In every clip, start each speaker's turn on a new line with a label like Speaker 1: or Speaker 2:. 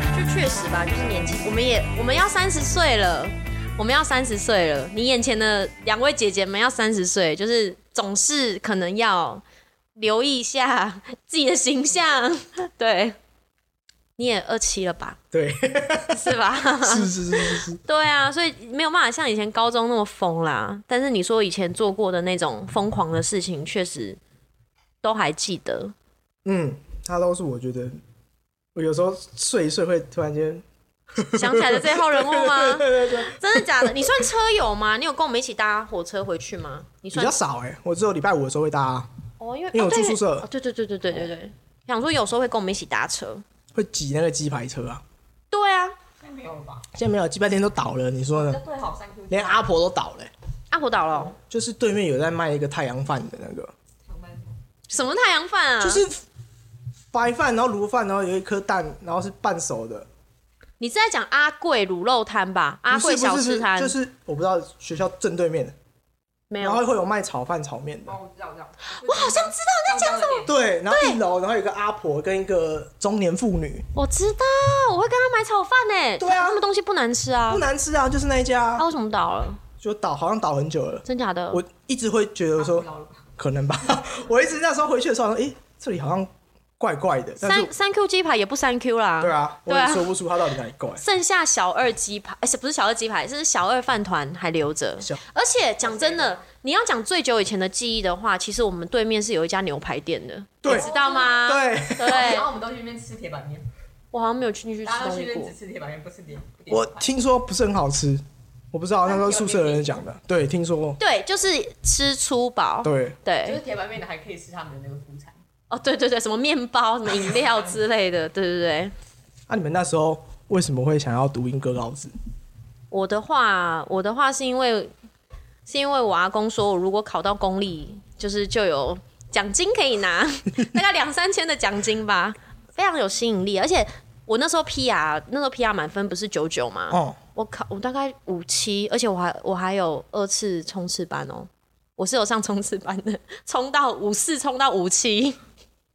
Speaker 1: 啦，就是年纪，我们也我们要三十岁了，我们要三十岁了。你眼前的两位姐姐们要三十岁，就是总是可能要留意一下自己的形象。对，你也二七了吧？
Speaker 2: 对，
Speaker 1: 是吧？
Speaker 2: 是是是是是，
Speaker 1: 对啊，所以没有办法像以前高中那么疯啦。但是你说以前做过的那种疯狂的事情，确实都还记得。
Speaker 2: 嗯，他都是我觉得，我有时候睡一睡会突然间，
Speaker 1: 想起来的最后人物吗？
Speaker 2: 对对对，
Speaker 1: 真的假的？你算车友吗？你有跟我们一起搭火车回去吗？你
Speaker 2: 比
Speaker 1: 算
Speaker 2: 较少哎、我只有礼拜五的时候会搭、
Speaker 1: 哦，因为
Speaker 2: 因为我
Speaker 1: 哦对
Speaker 2: 住宿舍
Speaker 1: 哦对对对对对对对，想说有时候会跟我们一起搭车。
Speaker 2: 会挤那个鸡排车啊。
Speaker 1: 对啊，
Speaker 3: 没有了吧？
Speaker 2: 现在没有，鸡排店都倒了，你说呢？
Speaker 3: 对好三 Q
Speaker 2: 连阿婆都倒了欸、
Speaker 1: 阿婆岛了哦，
Speaker 2: 就是对面有在卖一个太阳饭的那个，
Speaker 3: 长班
Speaker 1: 什么太阳饭啊？
Speaker 2: 就是白饭，然后卤饭，然后有一颗蛋，然后是半熟的。
Speaker 1: 你是在讲阿贵卤肉摊吧？阿
Speaker 2: 不是
Speaker 1: 贵小
Speaker 2: 不是
Speaker 1: 吃摊
Speaker 2: 就是我不知道学校正对面的，
Speaker 1: 没
Speaker 2: 然
Speaker 1: 有
Speaker 2: 后会有卖炒饭、炒面的。
Speaker 3: 哦，我知道，我知道，
Speaker 1: 我好像知道你在讲什么，
Speaker 2: 对，然后一楼然后有一个阿婆跟一个中年妇女，
Speaker 1: 我知道，我会跟他买炒饭呢。
Speaker 2: 对啊
Speaker 1: 他们东西不难吃啊
Speaker 2: 不。难吃啊，就是那一家
Speaker 1: 他，为什么倒了？
Speaker 2: 就倒好像倒很久了。
Speaker 1: 真假的？
Speaker 2: 我一直会觉得说可能吧， 我一直那时候回去的时候，诶，这里好像怪怪的，但是
Speaker 1: 三三 Q 鸡排也不三 Q 啦。
Speaker 2: 对啊，我
Speaker 1: 对啊
Speaker 2: 也说不出它到底哪里怪。
Speaker 1: 剩下小二鸡排，哎、是不是小二鸡排，是小二饭团还留着
Speaker 2: 小。
Speaker 1: 而且讲真的，你要讲最久以前的记忆的话，其实我们对面是有一家牛排店的，
Speaker 2: 对
Speaker 1: 你知道吗？
Speaker 2: 对，
Speaker 3: 然
Speaker 1: 对
Speaker 3: 后，我们都去那边吃铁板面，
Speaker 1: 我好像没有进去吃
Speaker 3: 大家
Speaker 1: 东
Speaker 3: 都去
Speaker 1: 西
Speaker 3: 那
Speaker 1: 过
Speaker 3: 边只。吃铁板面，不吃点。不点
Speaker 2: 我
Speaker 3: 饭
Speaker 2: 听说不是很好吃，我不知道那时候宿舍的人讲的。对，听说
Speaker 1: 对，就是吃粗饱。
Speaker 2: 对，
Speaker 3: 就
Speaker 1: 对
Speaker 3: 是，铁板面的还可以吃他们的那个副餐，
Speaker 1: 哦，对对对，什么面包、什么饮料之类的，对对对。
Speaker 2: 那、啊你们那时候为什么会想要读英歌高职？
Speaker 1: 我的话，我的话是因为是因为我阿公说，我如果考到公立，就是就有奖金可以拿，大概两三千的奖金吧，非常有吸引力。而且我那时候 PR，那时候 PR 满分不是九九嘛，
Speaker 2: 哦，
Speaker 1: 我考我大概五七，而且我还我还有二次冲刺班哦。我是有上冲刺班的，冲到五四，冲到五七，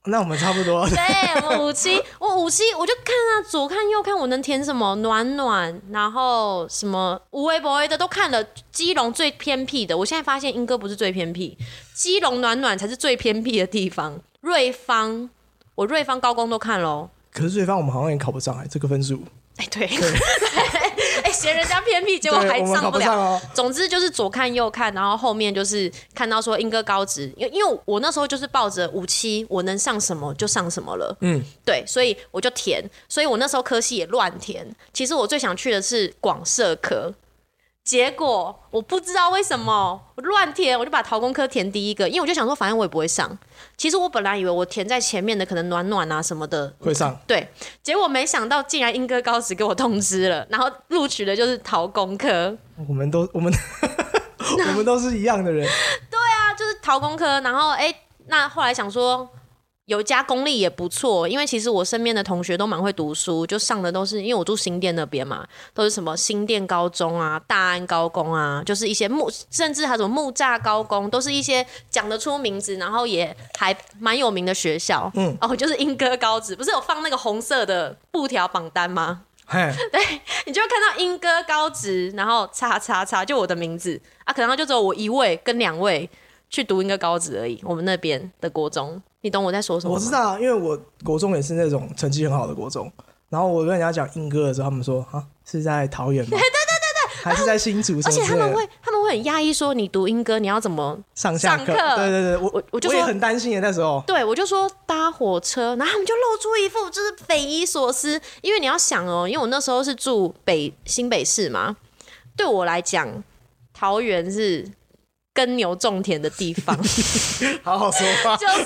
Speaker 2: 那我们差 不多。
Speaker 1: 对我五七，我五七，我就看啊，左看右看，我能填什么暖暖，然后什么无微不微的都看了。基隆最偏僻的，我现在发现英歌不是最偏僻，基隆暖暖才是最偏僻的地方。瑞芳，我瑞芳高工都看喽。
Speaker 2: 可是对方我们好像也考不上哎、这个分数，
Speaker 1: 哎，对，哎，嫌人家偏僻，结
Speaker 2: 对，
Speaker 1: 果还
Speaker 2: 我们考
Speaker 1: 上不
Speaker 2: 不
Speaker 1: 了
Speaker 2: 上。哦。
Speaker 1: 总之就是左看右看，然后后面就是看到说英歌高职，因为因为我那时候就是抱着五七，我能上什么就上什么了，
Speaker 2: 嗯
Speaker 1: 嗯，对，所以我就填，所以我那时候科系也乱填。其实我最想去的是广设科，结果我不知道为什么我乱填，我就把陶工科填第一个，因为我就想说反正我也不会上。其实我本来以为我填在前面的可能暖暖啊什么的
Speaker 2: 会上，
Speaker 1: 对，结果没想到竟然英歌高职给我通知了，然后录取的就是陶工科。
Speaker 2: 我们都我们 我们都是一样的人，
Speaker 1: 就是陶工科，然后哎、那后来想说有一家公立也不错，因为其实我身边的同学都蛮会读书，就上的都是因为我住新店那边嘛，都是什么新店高中啊、大安高工啊，就是一些木，甚至还有什么木栅高工，都是一些讲得出名字，然后也还蛮有名的学校。
Speaker 2: 嗯
Speaker 1: 嗯，哦，就是英歌高职，不是有放那个红色的布条榜单吗？
Speaker 2: 嘿，
Speaker 1: 你就会看到英歌高职，然后叉叉叉，就我的名字啊，可能就只有我一位跟两位去读英歌高职而已。我们那边的国中，你懂我在说什么吗？
Speaker 2: 我知道啊，因为我国中也是那种成绩很好的国中，然后我跟人家讲英歌的时候，他们说啊是在 桃园吗？对对对对，还是在新竹什
Speaker 1: 而
Speaker 2: 么
Speaker 1: 且
Speaker 2: 之
Speaker 1: 他
Speaker 2: 类
Speaker 1: 们
Speaker 2: 的
Speaker 1: 会，他们会很压抑，说你读英歌你要怎么？
Speaker 2: 上下
Speaker 1: 上
Speaker 2: 课，
Speaker 1: 课
Speaker 2: 对对对，我
Speaker 1: 我我就
Speaker 2: 也
Speaker 1: 说
Speaker 2: 很担心的那时 候，
Speaker 1: 对我就说搭火车，然后他们就露出一副就是匪夷所思，因为你要想哦，因为我那时候是住北新北市嘛，对我来讲，桃园是耕牛种田的地方。
Speaker 2: 好好说话，
Speaker 1: 就是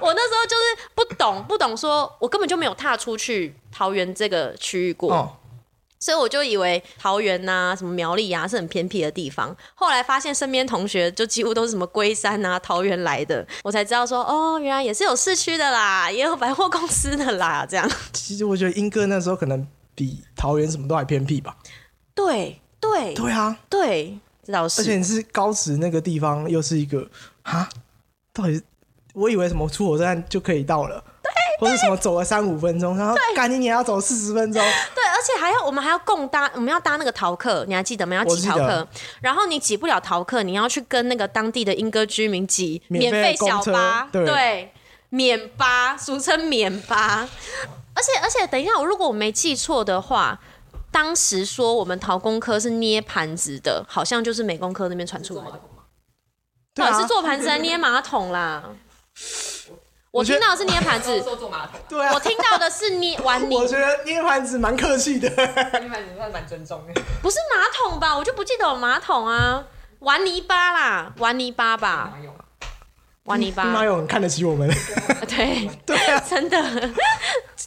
Speaker 1: 我那时候就是不懂，不懂说，我根本就没有踏出去桃园这个区域过，
Speaker 2: 哦，
Speaker 1: 所以我就以为桃园呐、什么苗栗啊是很偏僻的地方。后来发现身边同学就几乎都是什么龟山啊、桃园来的，我才知道说，哦，原来也是有市区的啦，也有百货公司的啦，这样。
Speaker 2: 其实我觉得英歌那时候可能比桃园什么都还偏僻吧，
Speaker 1: 对对
Speaker 2: 对啊，
Speaker 1: 对，这倒
Speaker 2: 而且
Speaker 1: 是。
Speaker 2: 你是高职那个地方，又是一个啊，到底是我以为什么出火车站就可以到了，对，或是什么走了三五分钟，然后赶紧也要走四十分钟，
Speaker 1: 对，而且还要我们还要共搭，我们要搭那个逃课，你还记得吗？要
Speaker 2: 我
Speaker 1: 挤
Speaker 2: 记
Speaker 1: 逃
Speaker 2: 得
Speaker 1: 课，然后你挤不了逃课，你要去跟那个当地的英歌居民挤
Speaker 2: 免费
Speaker 1: 费
Speaker 2: 公
Speaker 1: 小
Speaker 2: 车
Speaker 1: 巴，
Speaker 2: 对
Speaker 1: 免巴，俗称免巴。而且而且，等一下，我如果我没记错的话。当时说我们陶工科是捏盘子的，好像就是美工科那边传出来的，
Speaker 2: 对
Speaker 1: 到底
Speaker 2: 啊
Speaker 1: 是，做盘子还是捏马桶啦？我
Speaker 2: 我觉得
Speaker 1: 听到的是捏盘
Speaker 3: 是
Speaker 1: 子，
Speaker 3: 说坐马桶
Speaker 2: 对啊
Speaker 1: 我，听到的是捏 玩泥
Speaker 2: 我觉得捏盘子蛮客气的，
Speaker 3: 啊，你蛮算蛮尊重的。
Speaker 1: 不是马桶吧？我就不记得有马桶啊，玩泥巴啦，玩泥巴吧，
Speaker 3: 哪有？
Speaker 1: 玩泥巴，
Speaker 2: 马勇很看得起我们，
Speaker 1: 对，
Speaker 2: 对啊，
Speaker 1: 真的。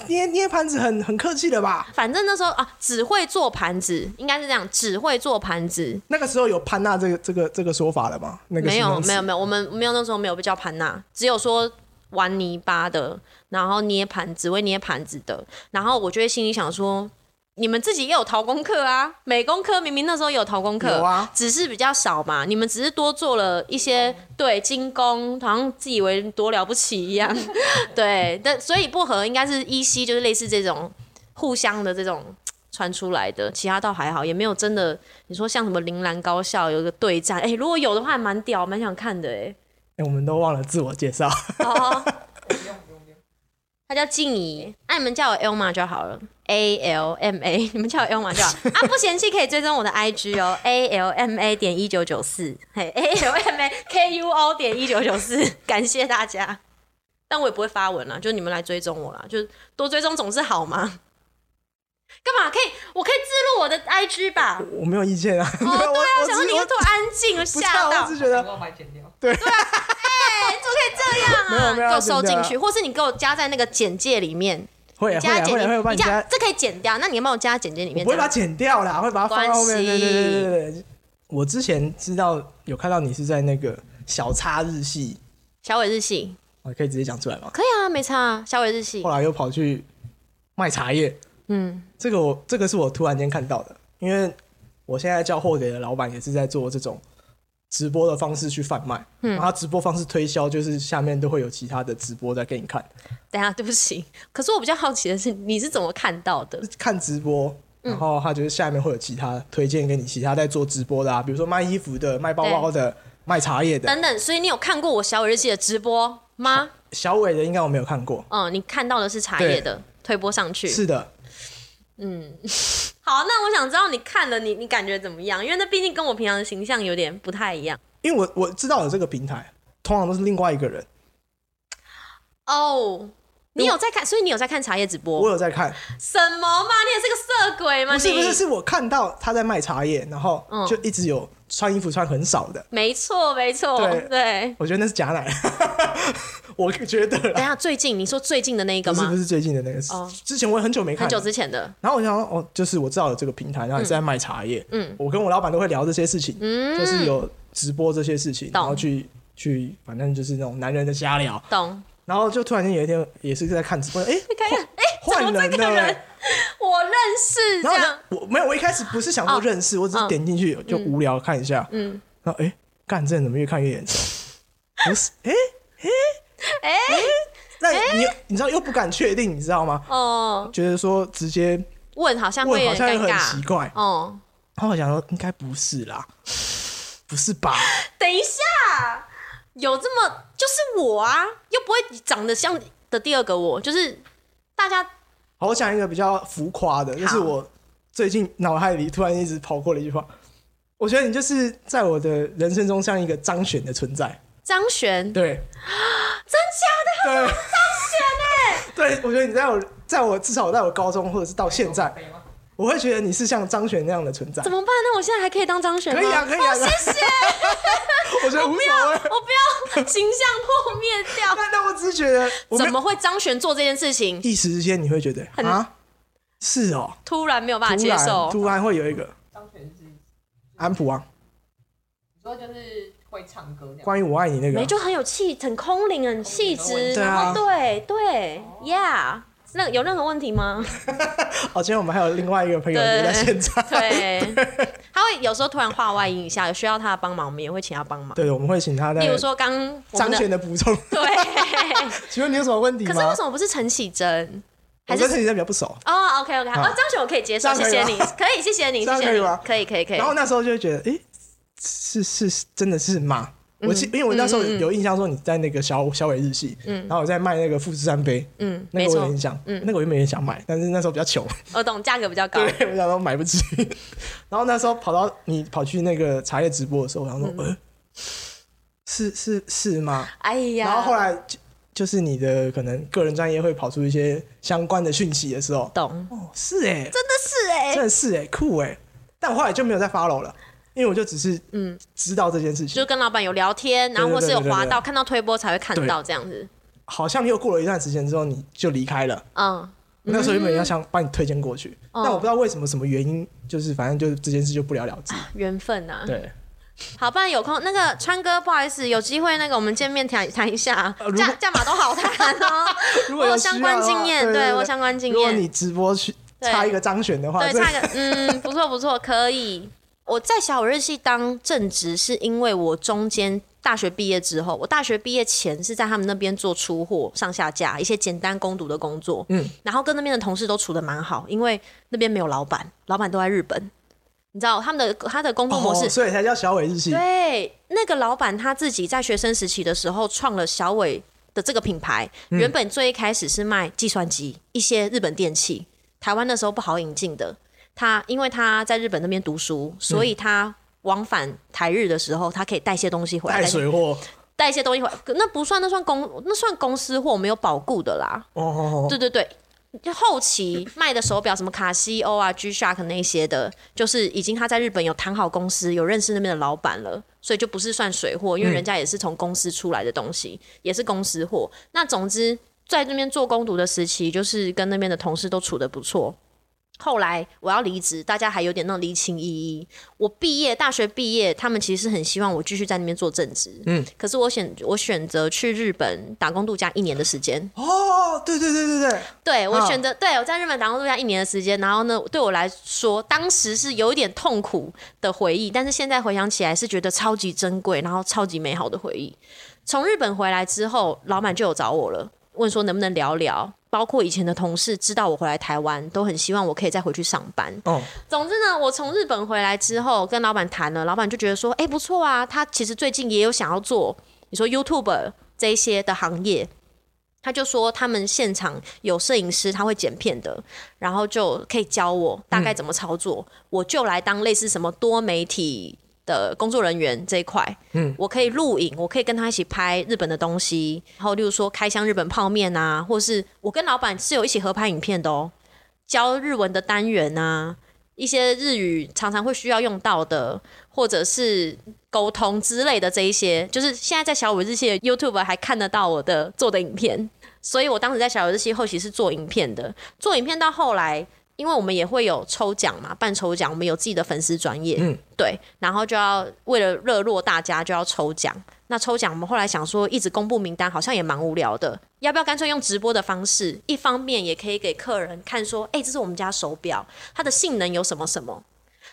Speaker 2: 捏捏盘子很很客气的吧？
Speaker 1: 反正那时候啊，只会做盘子，应该是这样，只会做盘子，
Speaker 2: 那个时候有潘娜这个这个这个说法了吗？那个
Speaker 1: 没
Speaker 2: 形
Speaker 1: 有
Speaker 2: 容词
Speaker 1: 没有没有，我们没有那时候没有被叫盘呐，只有说玩泥巴的，然后捏盘，只会捏盘子的。然后我就会心里想说。你们自己也有逃工课啊，美工科明明那时候也有逃工课，
Speaker 2: 有啊哦
Speaker 1: 只是比较少嘛。你们只是多做了一些对精工，好像自以为多了不起一样， 对。但所以不合应该是依稀就是类似这种互相的这种传出来的，其他倒还好，也没有真的。你说像什么铃兰高校有一个对战，哎、如果有的话还蛮屌，蛮想看的哎、
Speaker 2: 哎我们都忘了自我介绍。
Speaker 1: 哦，
Speaker 3: 不用不用不用，
Speaker 1: 他叫静怡，啊那、你们叫我 Elma 就好了，A L M A，你们叫我 Elma 就好。啊，不嫌弃可以追踪我的 IG 哦，A L M A 点一九九四，嘿，A L M A K U O 点一九九四，感谢大家。但我也不会发文啦，就你们来追踪我啦，就是多追踪总是好嘛。干嘛可以？我可以自录我的 IG 吧？
Speaker 2: 我 没有意见啊。
Speaker 1: 哦，对啊，
Speaker 2: 我
Speaker 1: 我想说你又突然安静，
Speaker 2: 不
Speaker 1: 吓
Speaker 2: 差，
Speaker 1: 到
Speaker 2: 我只。是觉
Speaker 3: 我
Speaker 2: 得
Speaker 3: 要把它剪掉。
Speaker 1: 哎，怎么可以这样啊？
Speaker 2: 没有没有
Speaker 1: 给我收
Speaker 2: 真的
Speaker 1: 进去，或是你给我加在那个简介里面，
Speaker 2: 会啊会
Speaker 1: 加在
Speaker 2: 啊
Speaker 1: 简
Speaker 2: 会啊会啊，把
Speaker 1: 介，你这
Speaker 2: 你加
Speaker 1: 样，这可以剪掉。那你有没有加在简介里
Speaker 2: 我
Speaker 1: 面？啊
Speaker 2: 不会把它
Speaker 1: 这样
Speaker 2: 剪掉啦，会把它放到后面。
Speaker 1: 关
Speaker 2: 对
Speaker 1: 系
Speaker 2: 对对对对对。我之前知道有看到你是在那个小叉日系，
Speaker 1: 小伟日系
Speaker 2: 我可以直接讲出来吗？
Speaker 1: 可以啊，没差啊。小伟日系
Speaker 2: 后，来又跑去卖茶叶，
Speaker 1: 嗯，
Speaker 2: 这个我这个是我突然间看到的，因为我现在叫货给的老板也是在做这种直播的方式去贩卖，然后直播方式推销就是下面都会有其他的直播在给你看，
Speaker 1: 等一下，对不起。可是我比较好奇的是，你是怎么看到的？
Speaker 2: 看直播，然后他就是下面会有其他推荐给你其他在做直播的啊，比如说卖衣服的、卖包包的、卖茶叶的。
Speaker 1: 等等，所以你有看过我小伟日系的直播吗？
Speaker 2: 小伟的应该我没有看过，
Speaker 1: 嗯，你看到的是茶叶的推播上去。
Speaker 2: 是的，
Speaker 1: 好，那我想知道你看了你你感觉怎么样？因为那毕竟跟我平常的形象有点不太一样。
Speaker 2: 因为我我知道有这个平台，通常都是另外一个人，
Speaker 1: 哦，你有在看，所以你有在看茶叶直播？
Speaker 2: 我有在看，
Speaker 1: 什么嘛？你也是个色鬼吗？
Speaker 2: 不是
Speaker 1: 你嗯
Speaker 2: 不是，是我看到他在卖茶叶，然后就一直有穿衣服穿很少的，
Speaker 1: 没错没错，
Speaker 2: 对
Speaker 1: 对。
Speaker 2: 我觉得那是假奶， 我觉得
Speaker 1: 等
Speaker 2: 啦
Speaker 1: 一下，最近你说最近的那一个
Speaker 2: 不是
Speaker 1: 吗？
Speaker 2: 不是最近的那个，
Speaker 1: 哦
Speaker 2: 之前我也很久没
Speaker 1: 很
Speaker 2: 看了，
Speaker 1: 久之嗯前的，
Speaker 2: 然后我想说，哦，就是我知道有这个平台，然后你是在卖茶叶，嗯，我跟我老板都会聊这些事情，
Speaker 1: 嗯
Speaker 2: 就是有直播这些事情，
Speaker 1: 懂
Speaker 2: 然后去去，反正就是那种男人的瞎聊，
Speaker 1: 懂？
Speaker 2: 然后就突然间有一天也是在看直播，哎、
Speaker 1: 看看，哎、
Speaker 2: 换
Speaker 1: 怎么
Speaker 2: 人
Speaker 1: 这
Speaker 2: 了、
Speaker 1: 个人我认识
Speaker 2: 然
Speaker 1: 这
Speaker 2: 后
Speaker 1: 样？
Speaker 2: 我我没有，我一开始不是想说
Speaker 1: 哦
Speaker 2: 认识，我只是
Speaker 1: 嗯
Speaker 2: 点进去就无聊看一下，
Speaker 1: 嗯，
Speaker 2: 然后哎，干、这人怎么越看越眼熟？ 不是，哎
Speaker 1: 哎、
Speaker 2: 那你、你知道又不敢确定，你知道吗？
Speaker 1: 哦，
Speaker 2: 觉得说直接
Speaker 1: 问好像会
Speaker 2: 问
Speaker 1: 有
Speaker 2: 好像
Speaker 1: 点
Speaker 2: 又
Speaker 1: 尴
Speaker 2: 很奇
Speaker 1: 尬。
Speaker 2: 怪，
Speaker 1: 哦，
Speaker 2: 然后我想说应该不是啦，不是吧？
Speaker 1: 等一下，有这么就是我啊，又不会长得像的第二个我，就是大家
Speaker 2: 好，我讲一个比较浮夸的，就是我最近脑海里突然一直跑过了一句话，我觉得你就是在我的人生中像一个张悬的存在，
Speaker 1: 张璇，
Speaker 2: 对，
Speaker 1: 真假
Speaker 2: 对，张悬哎， 对，我觉得你在我，在我至少我在我高中或者是到现在，
Speaker 3: 飞吗？
Speaker 2: 我会觉得你是像张悬那样的存在
Speaker 1: 的？怎，么办？那我现在还可以当张璇吗？
Speaker 2: 可以啊，可以啊，谢谢， 我觉得无所谓，
Speaker 1: 我不要 形象破灭 掉。
Speaker 2: 但但我只是觉得，我没
Speaker 1: 怎
Speaker 2: 有
Speaker 1: 么会张璇做这件事情？
Speaker 2: 一时之间你会觉得啊，是哦，
Speaker 1: 突然没有办法
Speaker 2: 突
Speaker 1: 接
Speaker 2: 然
Speaker 1: 受，
Speaker 2: 突然会有一个
Speaker 3: 张悬是，你
Speaker 2: 安普啊，
Speaker 3: 说就是会唱歌那样。
Speaker 2: 关于我爱你那个
Speaker 1: 没
Speaker 2: 啊，
Speaker 1: 就很有气，很空灵，很气质，
Speaker 2: 对啊
Speaker 1: 然后对对，Yeah，那有任何问题吗？
Speaker 2: 哦，今天我们还有另外一个朋友也在现场，
Speaker 1: 对，他会有时候突然话外音一下，有需要他的帮忙，我们也会请他帮忙。
Speaker 2: 对，我们会请他在
Speaker 1: 例如说刚我们
Speaker 2: 彰
Speaker 1: 的
Speaker 2: 显的补充。
Speaker 1: 对，
Speaker 2: 请问你有什么问题
Speaker 1: 可
Speaker 2: 吗？
Speaker 1: 是为什么不是陈绮贞？还
Speaker 2: 我啊
Speaker 1: 是
Speaker 2: 跟陈绮贞比较不熟，
Speaker 1: 哦，OK OK，哦，张雪我可以接受，
Speaker 2: 这
Speaker 1: 谢
Speaker 2: 样可以
Speaker 1: 谢
Speaker 2: 吗
Speaker 1: 你，可以，谢谢你，
Speaker 2: 这
Speaker 1: 谢
Speaker 2: 样
Speaker 1: 谢
Speaker 2: 可以
Speaker 1: 你
Speaker 2: 吗，
Speaker 1: 可以可以可以
Speaker 2: 啊然。后那时候就会觉得，诶，是是是，真的是吗？
Speaker 1: 嗯
Speaker 2: 我记，因为我那时候有印象说你在那个小小伟日系，然后我在卖那个富士山杯，
Speaker 1: 嗯，
Speaker 2: 那
Speaker 1: 没
Speaker 2: 个我有
Speaker 1: 错
Speaker 2: 印，象，那个我原本也想买，但是那时候比较穷，
Speaker 1: 我懂，价格比较高
Speaker 2: 对，，我想说买不起。 然后那时候跑到你跑去那个茶叶直播的时候，我想
Speaker 1: 嗯
Speaker 2: 说，呃，是是是吗？
Speaker 1: 哎呀，
Speaker 2: 然后后来就就是你的可能个人专业会跑出一些相关的讯息的时候，
Speaker 1: 懂，
Speaker 2: 哦，是哎、
Speaker 1: 真的是哎，
Speaker 2: 真的是哎、酷哎、但我后来就没有再 follow 了，因为我就只是嗯知道这件事情，
Speaker 1: 就跟老板有聊天，然后或是有滑到看到推播才会看到这样子，
Speaker 2: 好像又过了一段时间之后你就离开了。
Speaker 1: 嗯，
Speaker 2: 那时候原本要想把你推荐过去，
Speaker 1: 哦
Speaker 2: 但我不知道为什么什么原因，就是反正就这件事就不了了之。
Speaker 1: 缘分呐。
Speaker 2: 对，
Speaker 1: 好，不然有空那个川哥，不好意思，有机会那个我们见面谈谈一下
Speaker 2: 呃，如果
Speaker 1: 价价码都好谈哦。
Speaker 2: 如
Speaker 1: 我
Speaker 2: 果有
Speaker 1: 有
Speaker 2: 需要
Speaker 1: 相
Speaker 2: 的
Speaker 1: 关
Speaker 2: 话
Speaker 1: 经验，
Speaker 2: 对
Speaker 1: 我相关经
Speaker 2: 如果
Speaker 1: 验
Speaker 2: 你，啊直播去
Speaker 1: 对
Speaker 2: 插一个张悬的话，
Speaker 1: 对，
Speaker 2: 这
Speaker 1: 差个嗯，不错不错，可以。我在小日系当正职，是因为我中间大学毕业之后，我大学毕业前是在他们那边做出货、上下架一些简单工读的工作，嗯，然后跟那边的同事都处的蛮好，因为那边没有老板，老板都在日本，你知道他们的他的工作模式
Speaker 2: 哦，所以才叫小伟日系。
Speaker 1: 对，那个老板他自己在学生时期的时候创了小伟的这个品牌，
Speaker 2: 嗯
Speaker 1: 原本最一开始是卖计算机、一些日本电器，台湾那时候不好引进的。他因为他在日本那边读书，所以他往返台日的时候，他可以带一些东西回来，
Speaker 2: 带
Speaker 1: 带
Speaker 2: 水货
Speaker 1: 带一些东西回来。可那不算，那算公那算公司货，没有保固的啦。
Speaker 2: 哦哦，哦
Speaker 1: 对对对，后期卖的手表什么卡西欧啊、G Shock 那一些的，就是已经他在日本有谈好公司，有认识那边的老板了，所以就不是算水货，因为人家也是从公司出来的东西，也是公司货。那总之，在那边做攻读的时期，就是跟那边的同事都处得不错。后来我要离职，大家还有点那种离情依依。我毕业，大学毕业，他们其实很希望我继续在那边做正职。嗯，可是我选我选择去日本打工度假一年的时间。
Speaker 2: 哦，对对对对对，
Speaker 1: 对我
Speaker 2: 啊
Speaker 1: 选择，对我在日本打工度假一年的时间，然后呢，对我来说，当时是有一点痛苦的回忆，但是现在回想起来是觉得超级珍贵，然后超级美好的回忆。从日本回来之后，老板就有找我了，问说能不能聊聊，包括以前的同事知道我回来台湾，都很希望我可以再回去上班。
Speaker 2: 哦，
Speaker 1: 总之呢，我从日本回来之后跟老板谈了，老板就觉得说，哎、不错啊，他其实最近也有想要做，你说 YouTube 这一些的行业，他就说他们现场有摄影师，他会剪片的，然后就可以教我大概怎么操作，我就来当类似什么多媒体。的工作人员这一块，嗯，我可以录影，我可以跟他一起拍日本的东西，然后例如说开箱日本泡面啊，或是我跟老板是有一起合拍影片的哦，教日文的单元啊，一些日语常常会需要用到的，或者是沟通之类的这一些，就是现在在小五日系的 YouTube 还看得到我的做的影片，所以我当时在小五日系后期是做影片的，做影片到后来。因为我们也会有抽奖嘛，办抽奖，我们有自己的粉丝专业，
Speaker 2: 嗯
Speaker 1: 对，然后就要为了热络大家，就要抽奖。那抽奖，我们后来想说，一直公布名单好像也蛮无聊的，要不要干脆用直播的方式？一方面也可以给客人看说，哎、这是我们家手表，它的性能有什么什么，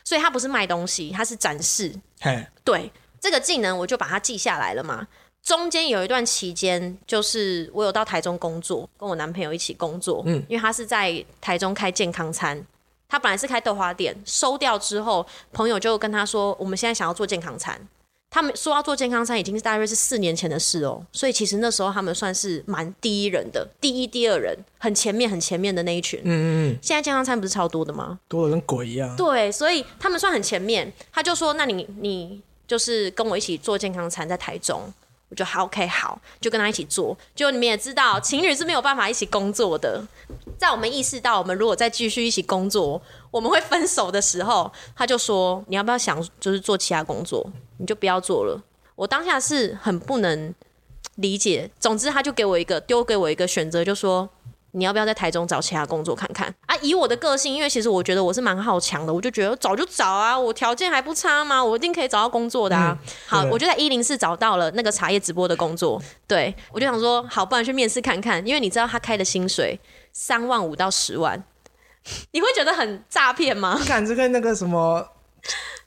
Speaker 1: 所以它不是卖东西，它是展示。
Speaker 2: 嘿，
Speaker 1: 对这个技能，我就把它记下来了嘛。中间有一段期间，就是我有到台中工作，跟我男朋友一起工作，嗯，因为他是在台中开健康餐，他本来是开豆花店，收掉之后，朋友就跟他说，我们现在想要做健康餐。他们说要做健康餐，已经是大约是四年前的事哦，所以其实那时候他们算是蛮第一人的，第一、第二人，很前面、很前面的那一群。
Speaker 2: 嗯嗯嗯，
Speaker 1: 现在健康餐不是超多的吗？
Speaker 2: 多的跟鬼一样。
Speaker 1: 对，所以他们算很前面。他就说：“那你你就是跟我一起做健康餐，在台中。”我就好 OK 好，就跟他一起做。就你们也知道，情侣是没有办法一起工作的。在我们意识到我们如果再继续一起工作，我们会分手的时候，他就说：“你要不要想就是做其他工作？你就不要做了。”我当下是很不能理解。总之，他就给我一个丢给我一个选择，就说：你要不要在台中找其他工作看看啊？以我的个性，因为其实我觉得我是蛮好强的，我就觉得找就找啊，我条件还不差吗？我一定可以找到工作的啊。好，
Speaker 2: 嗯对
Speaker 1: 我就在一零四找到了那个茶叶直播的工作，对我就想说，好，不然去面试看看，因为你知道他开的薪水三万五到十万，你会觉得很诈骗吗？
Speaker 2: 看这跟那个什么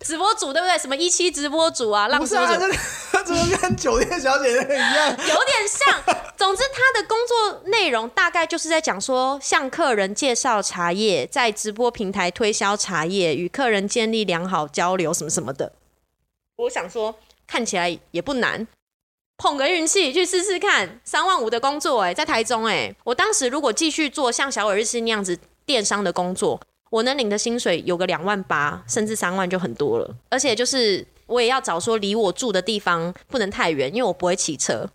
Speaker 1: 直播组对不对？什么一期直播组啊，浪
Speaker 2: 不是
Speaker 1: 叔
Speaker 2: 啊，
Speaker 1: 组
Speaker 2: 这个这个跟酒店小姐一样，
Speaker 1: 有点像。总之，他的工作内容大概就是在讲说，向客人介绍茶叶，在直播平台推销茶叶，与客人建立良好交流，什么什么的。我想说，看起来也不难，碰个运气去试试看。三万五的工作、欸，在台中、欸，我当时如果继续做像小伟日式那样子电商的工作，我能领的薪水有个两万八，甚至三万就很多了。而且就是我也要找说离我住的地方不能太远，因为我不会骑车。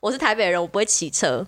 Speaker 1: 我是台北人，我不会骑车。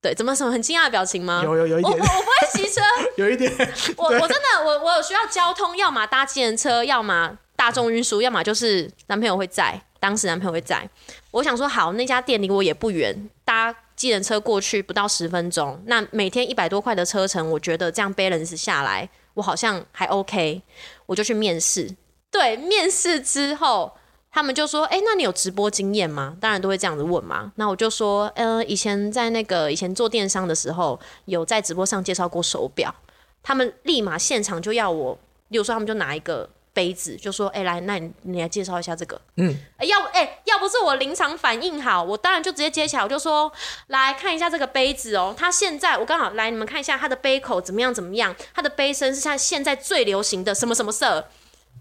Speaker 1: 对，怎么什么很惊讶的表情吗？
Speaker 2: 有有有一
Speaker 1: 我我我不
Speaker 2: 点，
Speaker 1: 会骑车，
Speaker 2: 有一点，
Speaker 1: 我
Speaker 2: 对
Speaker 1: 我真的我我有需要交通，要么搭计程车，要么大众运输，要么就是男朋友会在，当时男朋友会在。我想说好，那家店离我也不远，搭计程车过去不到十分钟，那每天一百多块的车程，我觉得这样 balance 下来，我好像还 OK，我就去面试。对，面试之后。他们就说：“哎、那你有直播经验吗？”当然都会这样子问嘛。那我就说：“呃，以前在那个以前做电商的时候，有在直播上介绍过手表。”他们立马现场就要我，例如说他们就拿一个杯子，就说：“哎、来，那你你来介绍一下这个。”
Speaker 2: 嗯，
Speaker 1: 哎要哎、要不是我临场反应好，我当然就直接接起来，我就说：“来看一下这个杯子哦，它现在我刚好来，你们看一下它的杯口怎么样怎么样，它的杯身是它现在最流行的什么什么色，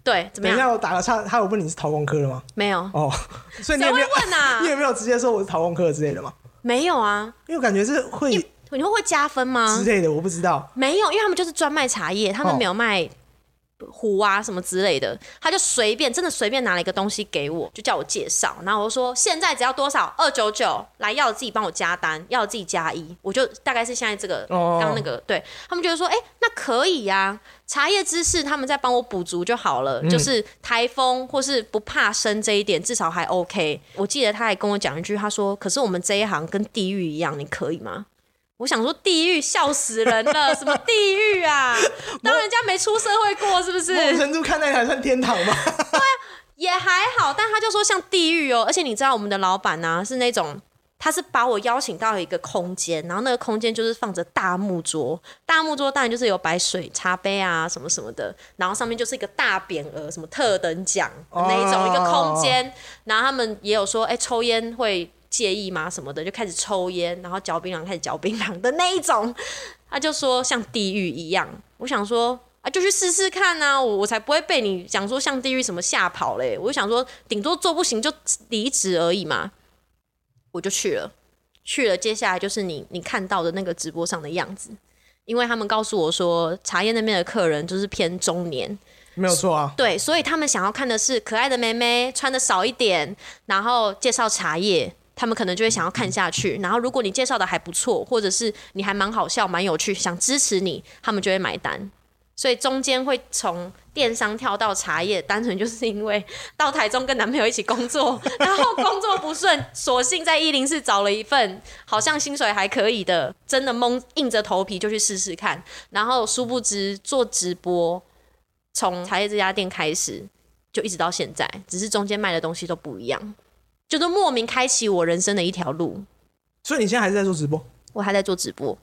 Speaker 1: 对，怎么
Speaker 2: 等一
Speaker 1: 样？
Speaker 2: 下我打个岔，他有问你是陶工科的吗？
Speaker 1: 没有，
Speaker 2: 哦，所以你
Speaker 1: 谁
Speaker 2: 也
Speaker 1: 会
Speaker 2: 没有，
Speaker 1: 问啊
Speaker 2: 你？也没有直接说我是陶工科之类的吗？
Speaker 1: 没有啊，
Speaker 2: 因为我感觉是会
Speaker 1: 你你会会加分吗
Speaker 2: 之？类的，我不知道。
Speaker 1: 没有，因为他们就是专卖茶叶，他们
Speaker 2: 哦
Speaker 1: 没有卖壶啊什么之类的，他就随便真的随便拿了一个东西给我，就叫我介绍，然后我就说现在只要多少二九九，来要自己帮我加单，要自己加一，我就大概是现在这个
Speaker 2: 哦
Speaker 1: 刚刚那个，对他们觉得说，哎、那可以呀、茶叶知识他们再帮我补足就好
Speaker 2: 嗯
Speaker 1: 了，就是台风或是不怕生这一点，至少还 OK。我记得他还跟我讲一句，他说：“可是我们这一行跟地狱一样，你可以吗？”我想说地狱笑死人了，什么地狱啊？当人家没出社会过是不是？
Speaker 2: 某种程度看待还算天堂吗？
Speaker 1: 也还好，但他就说像地狱哦，而且你知道我们的老板呢、是那种。他是把我邀请到一个空间，然后那个空间就是放着大木桌，大木桌当然就是有摆水、茶杯啊什么什么的，然后上面就是一个大匾额，什么特等奖
Speaker 2: 哦
Speaker 1: 那一种一个空间。然后他们也有说，哎、抽烟会介意吗？什么的，就开始抽烟，然后嚼槟榔，开始嚼槟榔的那一种。他就说像地狱一样。我想说啊，就去试试看啊，我我才不会被你讲说像地狱什么吓跑嘞。我就想说，顶多做不行就离职而已嘛，我就去了。去了，接下来就是你你看到的那个直播上的样子，因为他们告诉我说，茶叶那边的客人就是偏中年，
Speaker 2: 没有错啊，
Speaker 1: 对，所以他们想要看的是可爱的妹妹穿的少一点，然后介绍茶叶，他们可能就会想要看下去。然后如果你介绍的还不错，或者是你还蛮好笑、蛮有趣，想支持你，他们就会买单。所以中间会从电商跳到茶叶，单纯就是因为到台中跟男朋友一起工作，然后工作不顺，索性在一零四找了一份好像薪水还可以的，真的蒙硬着头皮就去试试看。然后殊不知做直播，从茶叶这家店开始，就一直到现在，只是中间卖的东西都不一样，就是莫名开启我人生的一条路。
Speaker 2: 所以你现在还是在做直播，
Speaker 1: 我还在做直播，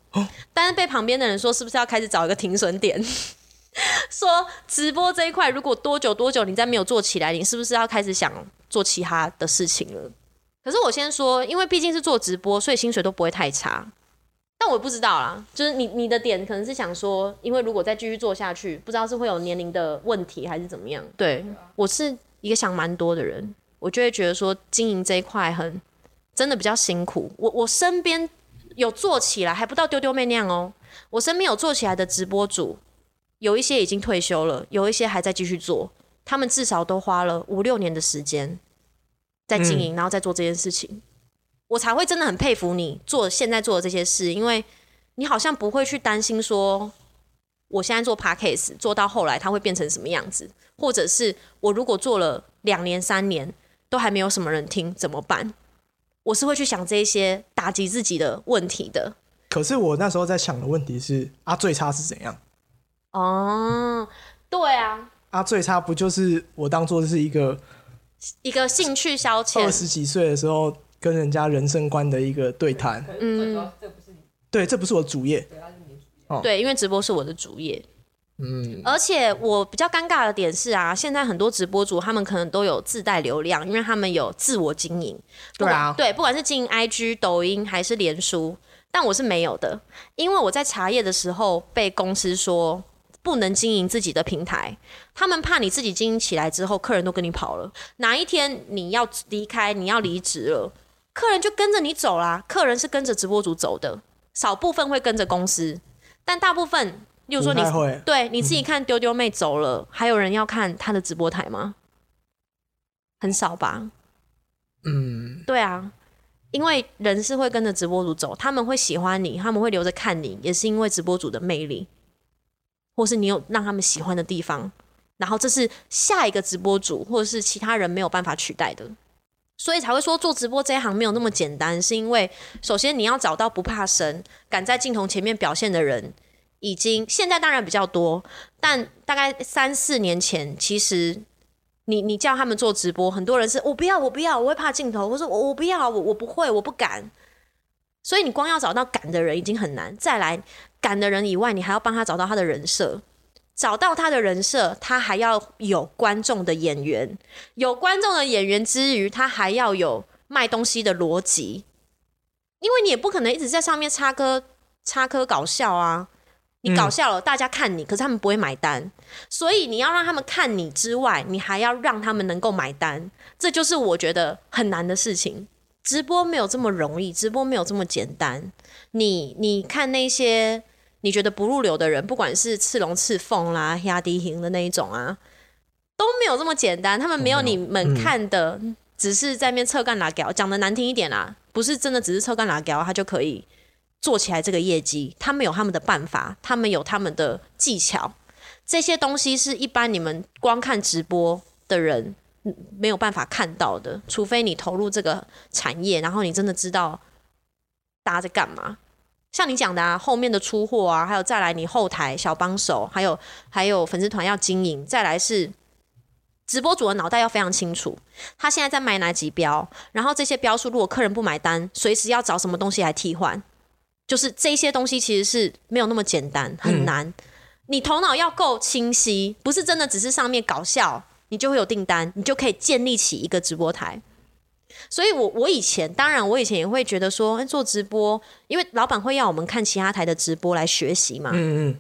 Speaker 1: 但是被旁边的人说是不是要开始找一个停损点？ 说直播这一块，如果多久多久你再没有做起来，你是不是要开始想做其他的事情了？可是我先说，因为毕竟是做直播，所以薪水都不会太差。但我不知道啦，就是你你的点可能是想说，因为如果再继续做下去，不知道是会有年龄的问题还是怎么样。对我是一个想蛮多的人，我就会觉得说经营这一块很真的比较辛苦。我我身边有做起来，还不到丢丢妹那样哦。我身边有做起来的直播主，有一些已经退休了，有一些还在继续做。他们至少都花了五六年的时间在经营，然后再做这件事情，我才会真的很佩服你做现在做的这些事，因为你好像不会去担心说。我现在做 podcast 做到后来，它会变成什么样子？或者是我如果做了两年、三年，都还没有什么人听，怎么办？我是会去想这一些打击自己的问题的。
Speaker 2: 可是我那时候在想的问题是啊，最差是怎样？
Speaker 1: 哦，对啊，
Speaker 2: 啊，最差不就是我当做是一个
Speaker 1: 一个兴趣消
Speaker 2: 二
Speaker 1: 遣，
Speaker 2: 十几岁的时候跟人家人生观的一个对谈？
Speaker 1: 嗯
Speaker 3: 可是最主要是这不是你，
Speaker 2: 对，这不是我主业，
Speaker 3: 对，他是你的主业。
Speaker 1: 对，因为直播是我的主业，
Speaker 2: 嗯，
Speaker 1: 而且我比较尴尬的点是啊，现在很多直播主他们可能都有自带流量，因为他们有自我经营。不
Speaker 2: 对
Speaker 1: 管
Speaker 2: 啊，
Speaker 1: 对，不管是经营 IG、抖音还是脸书，但我是没有的，因为我在茶叶的时候被公司说不能经营自己的平台，他们怕你自己经营起来之后，客人都跟你跑了，哪一天你要离开，你要离职了，客人就跟着你走啦，客人是跟着直播主走的，少部分会跟着公司，但大部分，例如说你
Speaker 2: 不太会，
Speaker 1: 对你自己看丢丢妹走了，还有人要看她的直播台吗？很少吧。
Speaker 2: 嗯，
Speaker 1: 对啊，因为人是会跟着直播主走，他们会喜欢你，他们会留着看你，也是因为直播主的魅力，或是你有让他们喜欢的地方。然后这是下一个直播主或者是其他人没有办法取代的，所以才会说做直播这一行没有那么简单，是因为首先你要找到不怕生、敢在镜头前面表现的人，已经现在当然比较多，但大概三四年前其实你你叫他们做直播，很多人是哦我不要，我不要，我会怕镜头，或者我我不要，我我不会，我不敢。所以你光要找到敢的人已经很难，再来敢的人以外，你还要帮他找到他的人设，找到他的人设，他还要有观众的演员，有观众的演员之余，他还要有卖东西的逻辑，因为你也不可能一直在上面插科插科搞笑啊，你搞笑了，大家看你，可是他们不会买单。所以你要让他们看你之外，你还要让他们能够买单，这就是我觉得很难的事情。直播没有这么容易，直播没有这么简单。你你看那些你觉得不入流的人，不管是赤龙赤凤啦、压低型的那一种啊，都没有这么简单。他们没有你们看的，只是在面侧干拉屌，讲的难听一点啦，不是真的只是侧干拉屌，他就可以做起来这个业绩。他们有他们的办法，他们有他们的技巧。这些东西是一般你们光看直播的人嗯没有办法看到的，除非你投入这个产业，然后你真的知道大家在干嘛。像你讲的啊，后面的出货啊，还有再来你后台小帮手，还有还有粉丝团要经营，再来是直播主的脑袋要非常清楚，他现在在卖哪几标，然后这些标数如果客人不买单，随时要找什么东西来替换，就是这些东西其实是没有那么简单，很难。你头脑要够清晰，不是真的只是上面搞笑，你就会有订单，你就可以建立起一个直播台。所以我，我以前当然，我以前也会觉得说，哎做直播，因为老板会要我们看其他台的直播来学习嘛，
Speaker 2: 嗯嗯，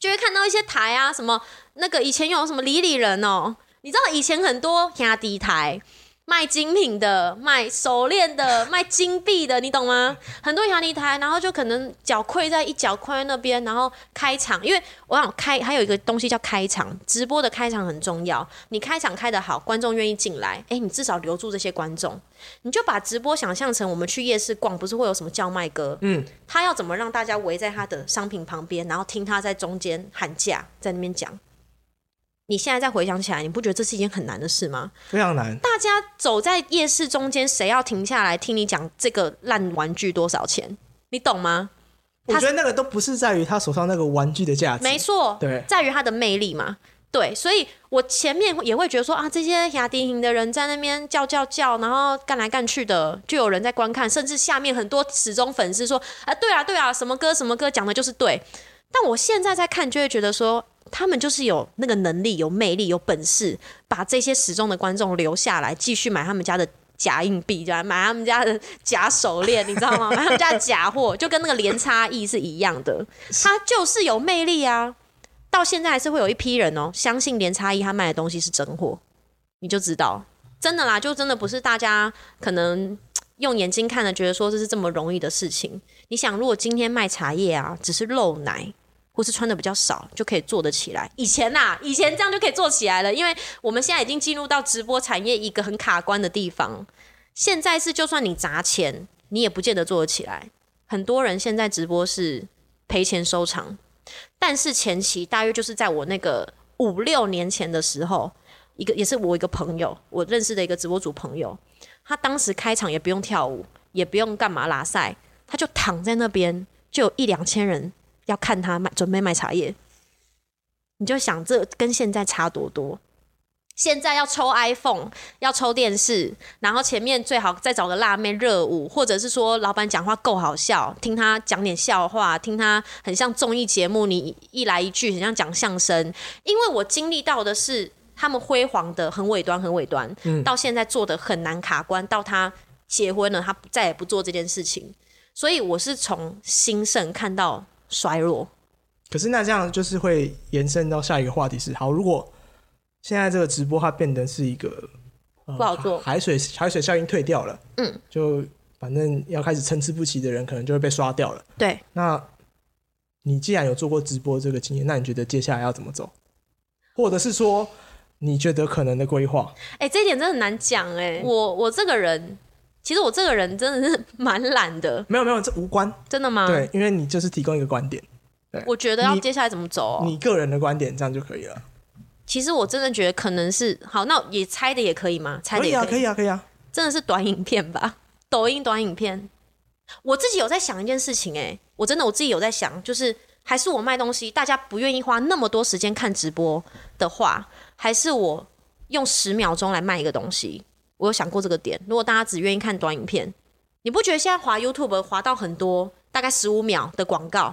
Speaker 1: 就会看到一些台啊，什么那个以前有什么李李人哦，你知道以前很多压低台卖精品的、卖手链的、卖金币的，你懂吗？ 很多压低台，然后就可能脚跪在一脚跪在那边，然后开场，因为我想开还有一个东西叫开场，直播的开场很重要，你开场开得好，观众愿意进来，哎，你至少留住这些观众，你就把直播想象成我们去夜市逛，不是会有什么叫卖哥，
Speaker 2: 嗯
Speaker 1: 他要怎么让大家围在他的商品旁边，然后听他在中间喊价，在那边讲。你现在再回想起来，你不觉得这是一件很难的事吗？
Speaker 2: 非常难，
Speaker 1: 大家走在夜市中间，谁要停下来听你讲这个烂玩具多少钱？你懂吗？
Speaker 2: 我
Speaker 1: 他
Speaker 2: 觉得那个都不是在于他手上那个玩具的价值，
Speaker 1: 没错，
Speaker 2: 对
Speaker 1: 在于它的魅力嘛。对，所以我前面也会觉得说啊，这些雅迪营的人在那边叫叫叫，然后干来干去的，就有人在观看，甚至下面很多始终粉丝说啊，对啊对啊，什么歌什么歌讲的就是对。但我现在在看，就会觉得说，他们就是有那个能力、有魅力、有本事，把这些始终的观众留下来，继续买他们家的假硬币，对吧？买他们家的假手链，你知道吗？买他们家的假货，就跟那个连差异是一样的。他就是有魅力啊！到现在还是会有一批人哦，相信连差异他卖的东西是真货，你就知道真的啦，就真的不是大家可能用眼睛看了觉得说这是这么容易的事情。你想，如果今天卖茶叶啊，只是漏奶。或是穿的比较少就可以做得起来。以前呐、以前这样就可以做起来了，因为我们现在已经进入到直播产业一个很卡关的地方。现在是，就算你砸钱，你也不见得做得起来。很多人现在直播是赔钱收场。但是前期大约就是在我那个五六年前的时候，一个也是我一个朋友，我认识的一个直播主朋友，他当时开场也不用跳舞，也不用干嘛拉赛，他就躺在那边，就有一两千人要看他卖，准备卖茶叶。你就想这跟现在差多多，现在要抽 iPhone，要抽电视，然后前面最好再找个辣妹热舞，或者是说老板讲话够好笑，听他讲点笑话，听他很像综艺节目，你一来一句很像讲相声。因为我经历到的是他们辉煌的很尾端，很尾端，到现在做的很难卡关，到他结婚了，他再也不做这件事情，所以我是从兴盛看到衰落。
Speaker 2: 可是那这样就是会延伸到下一个话题是：好，如果现在这个直播它变得是一个、呃
Speaker 1: 不好做
Speaker 2: 海海水海水效应退掉了，
Speaker 1: 嗯，
Speaker 2: 就反正要开始参差不齐的人可能就会被刷掉了。
Speaker 1: 对，
Speaker 2: 那你既然有做过直播这个经验，那你觉得接下来要怎么走？或者是说你觉得可能的规划？
Speaker 1: 哎、这一点真的很难讲哎、我我这个人，其实我这个人真的是 蛮懒的，
Speaker 2: 没有没有，这无关。
Speaker 1: 真的吗？
Speaker 2: 对，，因为你就是提供一个观点，
Speaker 1: 我觉得要
Speaker 2: 你
Speaker 1: 接下来怎么走、哦？
Speaker 2: 你个人的观点，这样就可以了。
Speaker 1: 其实我真的觉得可能是好，那也猜的也可以吗？猜
Speaker 2: 可
Speaker 1: 的
Speaker 2: 以
Speaker 1: 也
Speaker 2: 啊，可以啊，可以啊。
Speaker 1: 真的是短影片吧？ 抖音短影片，我自己有在想一件事情哎、我真的我自己有在想，就是还是我卖东西，大家不愿意花那么多时间看直播的话，还是我用十秒钟来卖一个东西。我有想过这个点，如果大家只愿意看短影片，你不觉得现在滑 YouTube 滑到很多大概十五秒的广告，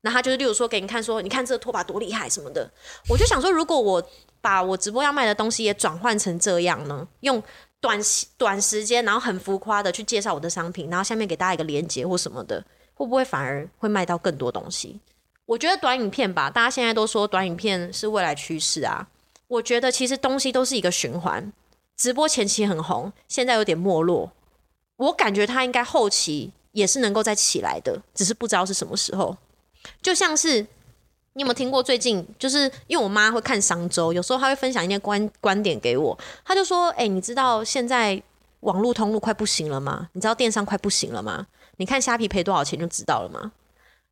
Speaker 1: 那他就是例如说给你看说，你看这个拖把多厉害什么的，我就想说，如果我把我直播要卖的东西也转换成这样呢，用短时短时间，然后很浮夸的去介绍我的商品，然后下面给大家一个连接或什么的，会不会反而会卖到更多东西？我觉得短影片吧，大家现在都说短影片是未来趋势啊。我觉得其实东西都是一个循环，直播前期很红，现在有点没落。我感觉它应该后期也是能够再起来的，只是不知道是什么时候。就像是你有没有听过最近，就是因为我妈会看商周，有时候她会分享一些观观点给我，她就说：“哎、你知道现在网络通路快不行了吗？你知道电商快不行了吗？你看虾皮赔多少钱就知道了吗？”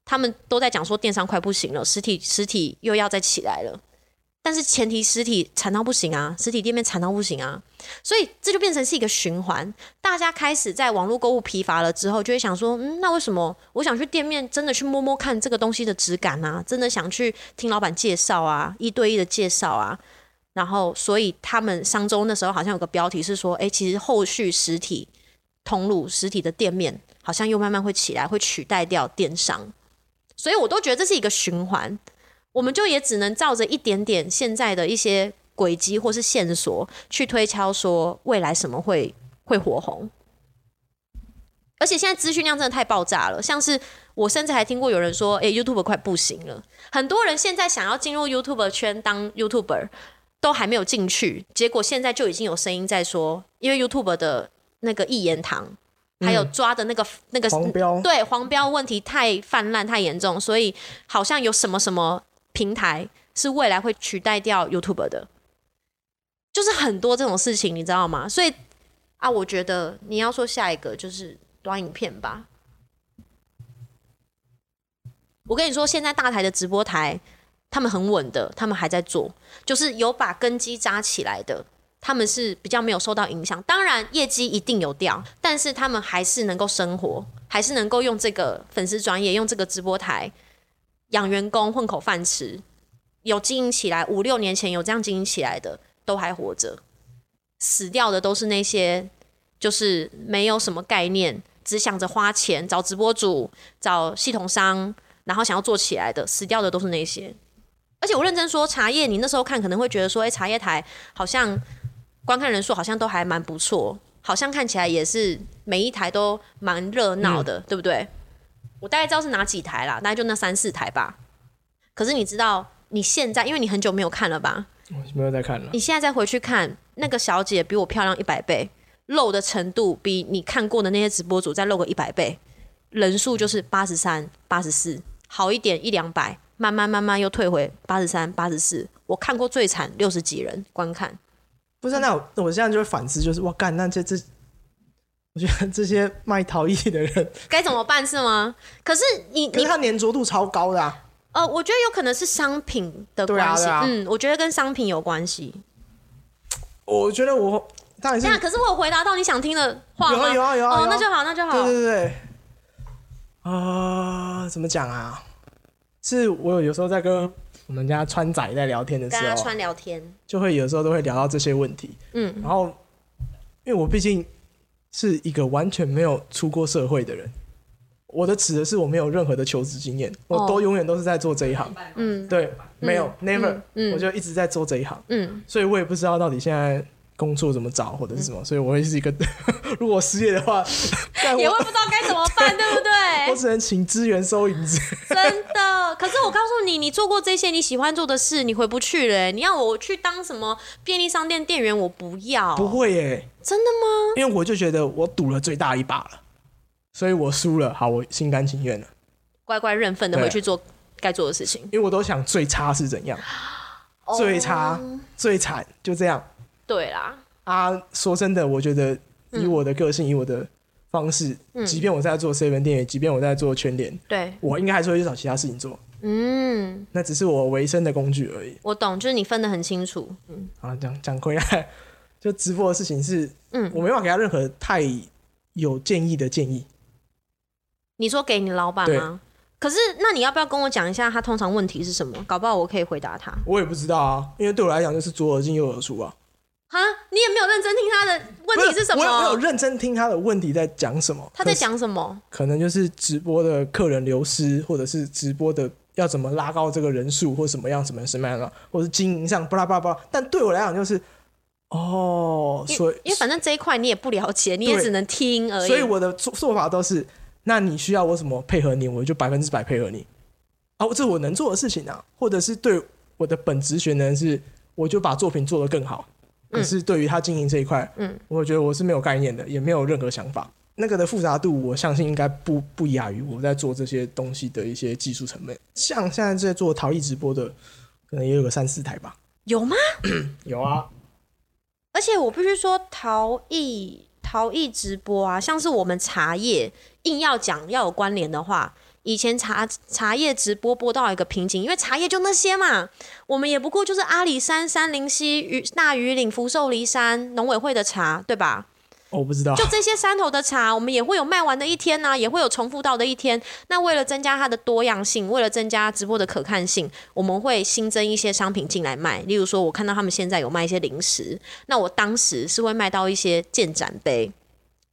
Speaker 1: 他们都在讲说电商快不行了，实体实体又要再起来了，但是前提实体惨到不行啊，实体店面惨到不行啊，所以这就变成是一个循环。大家开始在网络购物疲乏了之后，就会想说，嗯，那为什么我想去店面真的去摸摸看这个东西的质感啊？真的想去听老板介绍啊，一对一的介绍啊。然后，所以他们商周那时候好像有个标题是说，哎，其实后续实体通路、实体的店面好像又慢慢会起来，会取代掉电商。所以我都觉得这是一个循环，我们就也只能照着一点点现在的一些轨迹或是线索去推敲，说未来什么会会火红。而且现在资讯量真的太爆炸了，像是我甚至还听过有人说，哎、y o u t u b e 快不行了。很多人现在想要进入 YouTube 圈当 YouTuber，都还没有进去，结果现在就已经有声音在说，因为 YouTube 的那个一言堂，还有抓的那个、那个
Speaker 2: 嗯黄标
Speaker 1: 对黄标问题太泛滥太严重，所以好像有什么什么平台是未来会取代掉 YouTube 的，就是很多这种事情，你知道吗？所以啊，我觉得你要说下一个就是短影片吧。我跟你说，现在大台的直播台，他们很稳的，他们还在做，就是有把根基扎起来的，他们是比较没有受到影响。当然，业绩一定有掉，但是他们还是能够生活，还是能够用这个粉丝专业，用这个直播台养员工混口饭吃，有经营起来。五六年前有这样经营起来的，都还活着，死掉的都是那些就是没有什么概念，只想着花钱找直播主、找系统商，然后想要做起来的，死掉的都是那些。而且我认真说，茶叶你那时候看可能会觉得说，哎、茶叶台好像观看人数好像都还蛮不错，好像看起来也是每一台都蛮热闹的，对不对？我大概知道是哪几台啦，大概就那三四台吧。可是你知道，你现在因为你很久没有看了吧？
Speaker 2: 我没有在看了。
Speaker 1: 你现在再回去看，那个小姐比我漂亮一百倍，露的程度比你看过的那些直播主再露个一百倍，人数就是八十三、八十四，好一点一两百，慢慢慢慢又退回八十三、八十四。我看过最惨六十几人观看，
Speaker 2: 不是啊，那我那我现在就会反思，就是哇，干那这这，我觉得这些卖陶艺的人，
Speaker 1: 该怎么办是吗？可是你
Speaker 2: 可
Speaker 1: 你
Speaker 2: 是他粘着度超高的、啊，
Speaker 1: 呃，我觉得有可能是商品的
Speaker 2: 对啊
Speaker 1: 关系，
Speaker 2: 对啊
Speaker 1: 嗯，我觉得跟商品有关系。
Speaker 2: 我觉得我当然是
Speaker 1: 那可是我有回答到你想听的话
Speaker 2: 有
Speaker 1: 吗？
Speaker 2: 啊有啊有
Speaker 1: 哦
Speaker 2: 啊，有，啊
Speaker 1: 那就好，那就好。
Speaker 2: 对对对，啊、怎么讲啊？是我有有时候在跟我们家川仔在聊天的时
Speaker 1: 跟阿
Speaker 2: 候啊，
Speaker 1: 川聊天，
Speaker 2: 就会有时候都会聊到这些问题。
Speaker 1: 嗯，
Speaker 2: 然后，因为我毕竟是一个完全没有出过社会的人，我的指的是我没有任何的求职经验，我都
Speaker 1: 哦
Speaker 2: 永远都是在做这一行。
Speaker 1: 嗯
Speaker 2: 对，没有、never，、
Speaker 1: 嗯
Speaker 2: 我就一直在做这一行，
Speaker 1: 嗯，
Speaker 2: 所以我也不知道到底现在工作怎么找或者是什么，所以我会是一个， 如果我失业 的话，干
Speaker 1: 也
Speaker 2: 我
Speaker 1: 会不知道该怎么办，对不
Speaker 2: 我
Speaker 1: 对？
Speaker 2: 只能请支援收银 子。
Speaker 1: 真的。可是我告诉你，你做过这些你喜欢做的事，你回不去了、你让我去当什么便利商店店员，我不要。
Speaker 2: 不，会耶、
Speaker 1: 真的吗？
Speaker 2: 因为我就觉得我赌了最大一把了，所以我输了，好，我心甘情愿了，
Speaker 1: 乖乖认份的
Speaker 2: 对
Speaker 1: 回去做该做的事情。
Speaker 2: 因为我都想最差是怎样，
Speaker 1: 哦
Speaker 2: 最差、最惨，就这样
Speaker 1: 对啦，
Speaker 2: 啊。说真的，我觉得以
Speaker 1: 嗯
Speaker 2: 我的个性，以我的方式，即便我在做 seven 店员，即便我在做全联，
Speaker 1: 对，
Speaker 2: 我应该还是会去找其他事情做，
Speaker 1: 嗯，
Speaker 2: 那只是我维生的工具而已。
Speaker 1: 我懂，就是你分得很清楚。
Speaker 2: 啊，讲讲回来， 就直播的事情是，
Speaker 1: 嗯
Speaker 2: 我没办法给他任何太有建议的建议。
Speaker 1: 你说给你老板吗？可是，那你要不要跟我讲一下他通常问题是什么？搞不好我可以回答他。
Speaker 2: 我也不知道啊，因为对我来讲就是左耳进右耳出啊。
Speaker 1: 哈，你也没有认真听他的问题是什
Speaker 2: 不我有我有
Speaker 1: 么？
Speaker 2: 认真听他的问题在讲什么。
Speaker 1: 他在讲什么？
Speaker 2: 可是，可能就是直播的客人流失，或者是直播的要怎么拉高这个人数，或什么样、什么样什么样的，或者是经营上巴拉巴拉巴拉。但对我来讲就是，哦，
Speaker 1: 因
Speaker 2: 所以
Speaker 1: 因为反正这一块你也不了解，你也只能听而已。
Speaker 2: 所以我的做做法都是，那你需要我怎么配合你，我就百分之百配合你。啊，这是我能做的事情啊，或者是对我的本职学能是，我就把作品做得更好。可是对于他经营这一块，
Speaker 1: 嗯，
Speaker 2: 我觉得我是没有概念的，也没有任何想法。那个的复杂度，我相信应该不不亚于我在做这些东西的一些技术层面。像现在在做陶艺直播的，可能也有个三四台吧。
Speaker 1: 有吗？
Speaker 2: 有啊，
Speaker 1: 而且我必须说，陶艺陶艺直播啊，像是我们茶叶硬要讲要有关联的话，以前茶茶叶直播播到一个瓶颈，因为茶叶就那些嘛，我们也不过就是阿里山、山林溪、鱼大余岭、福寿梨山农委会的茶，对吧？
Speaker 2: 哦我不知道
Speaker 1: 就这些山头的茶，我们也会有卖完的一天呐、也会有重复到的一天。那为了增加它的多样性，为了增加直播的可看性，我们会新增一些商品进来卖。例如说，我看到他们现在有卖一些零食，那我当时是会卖到一些鉴展杯。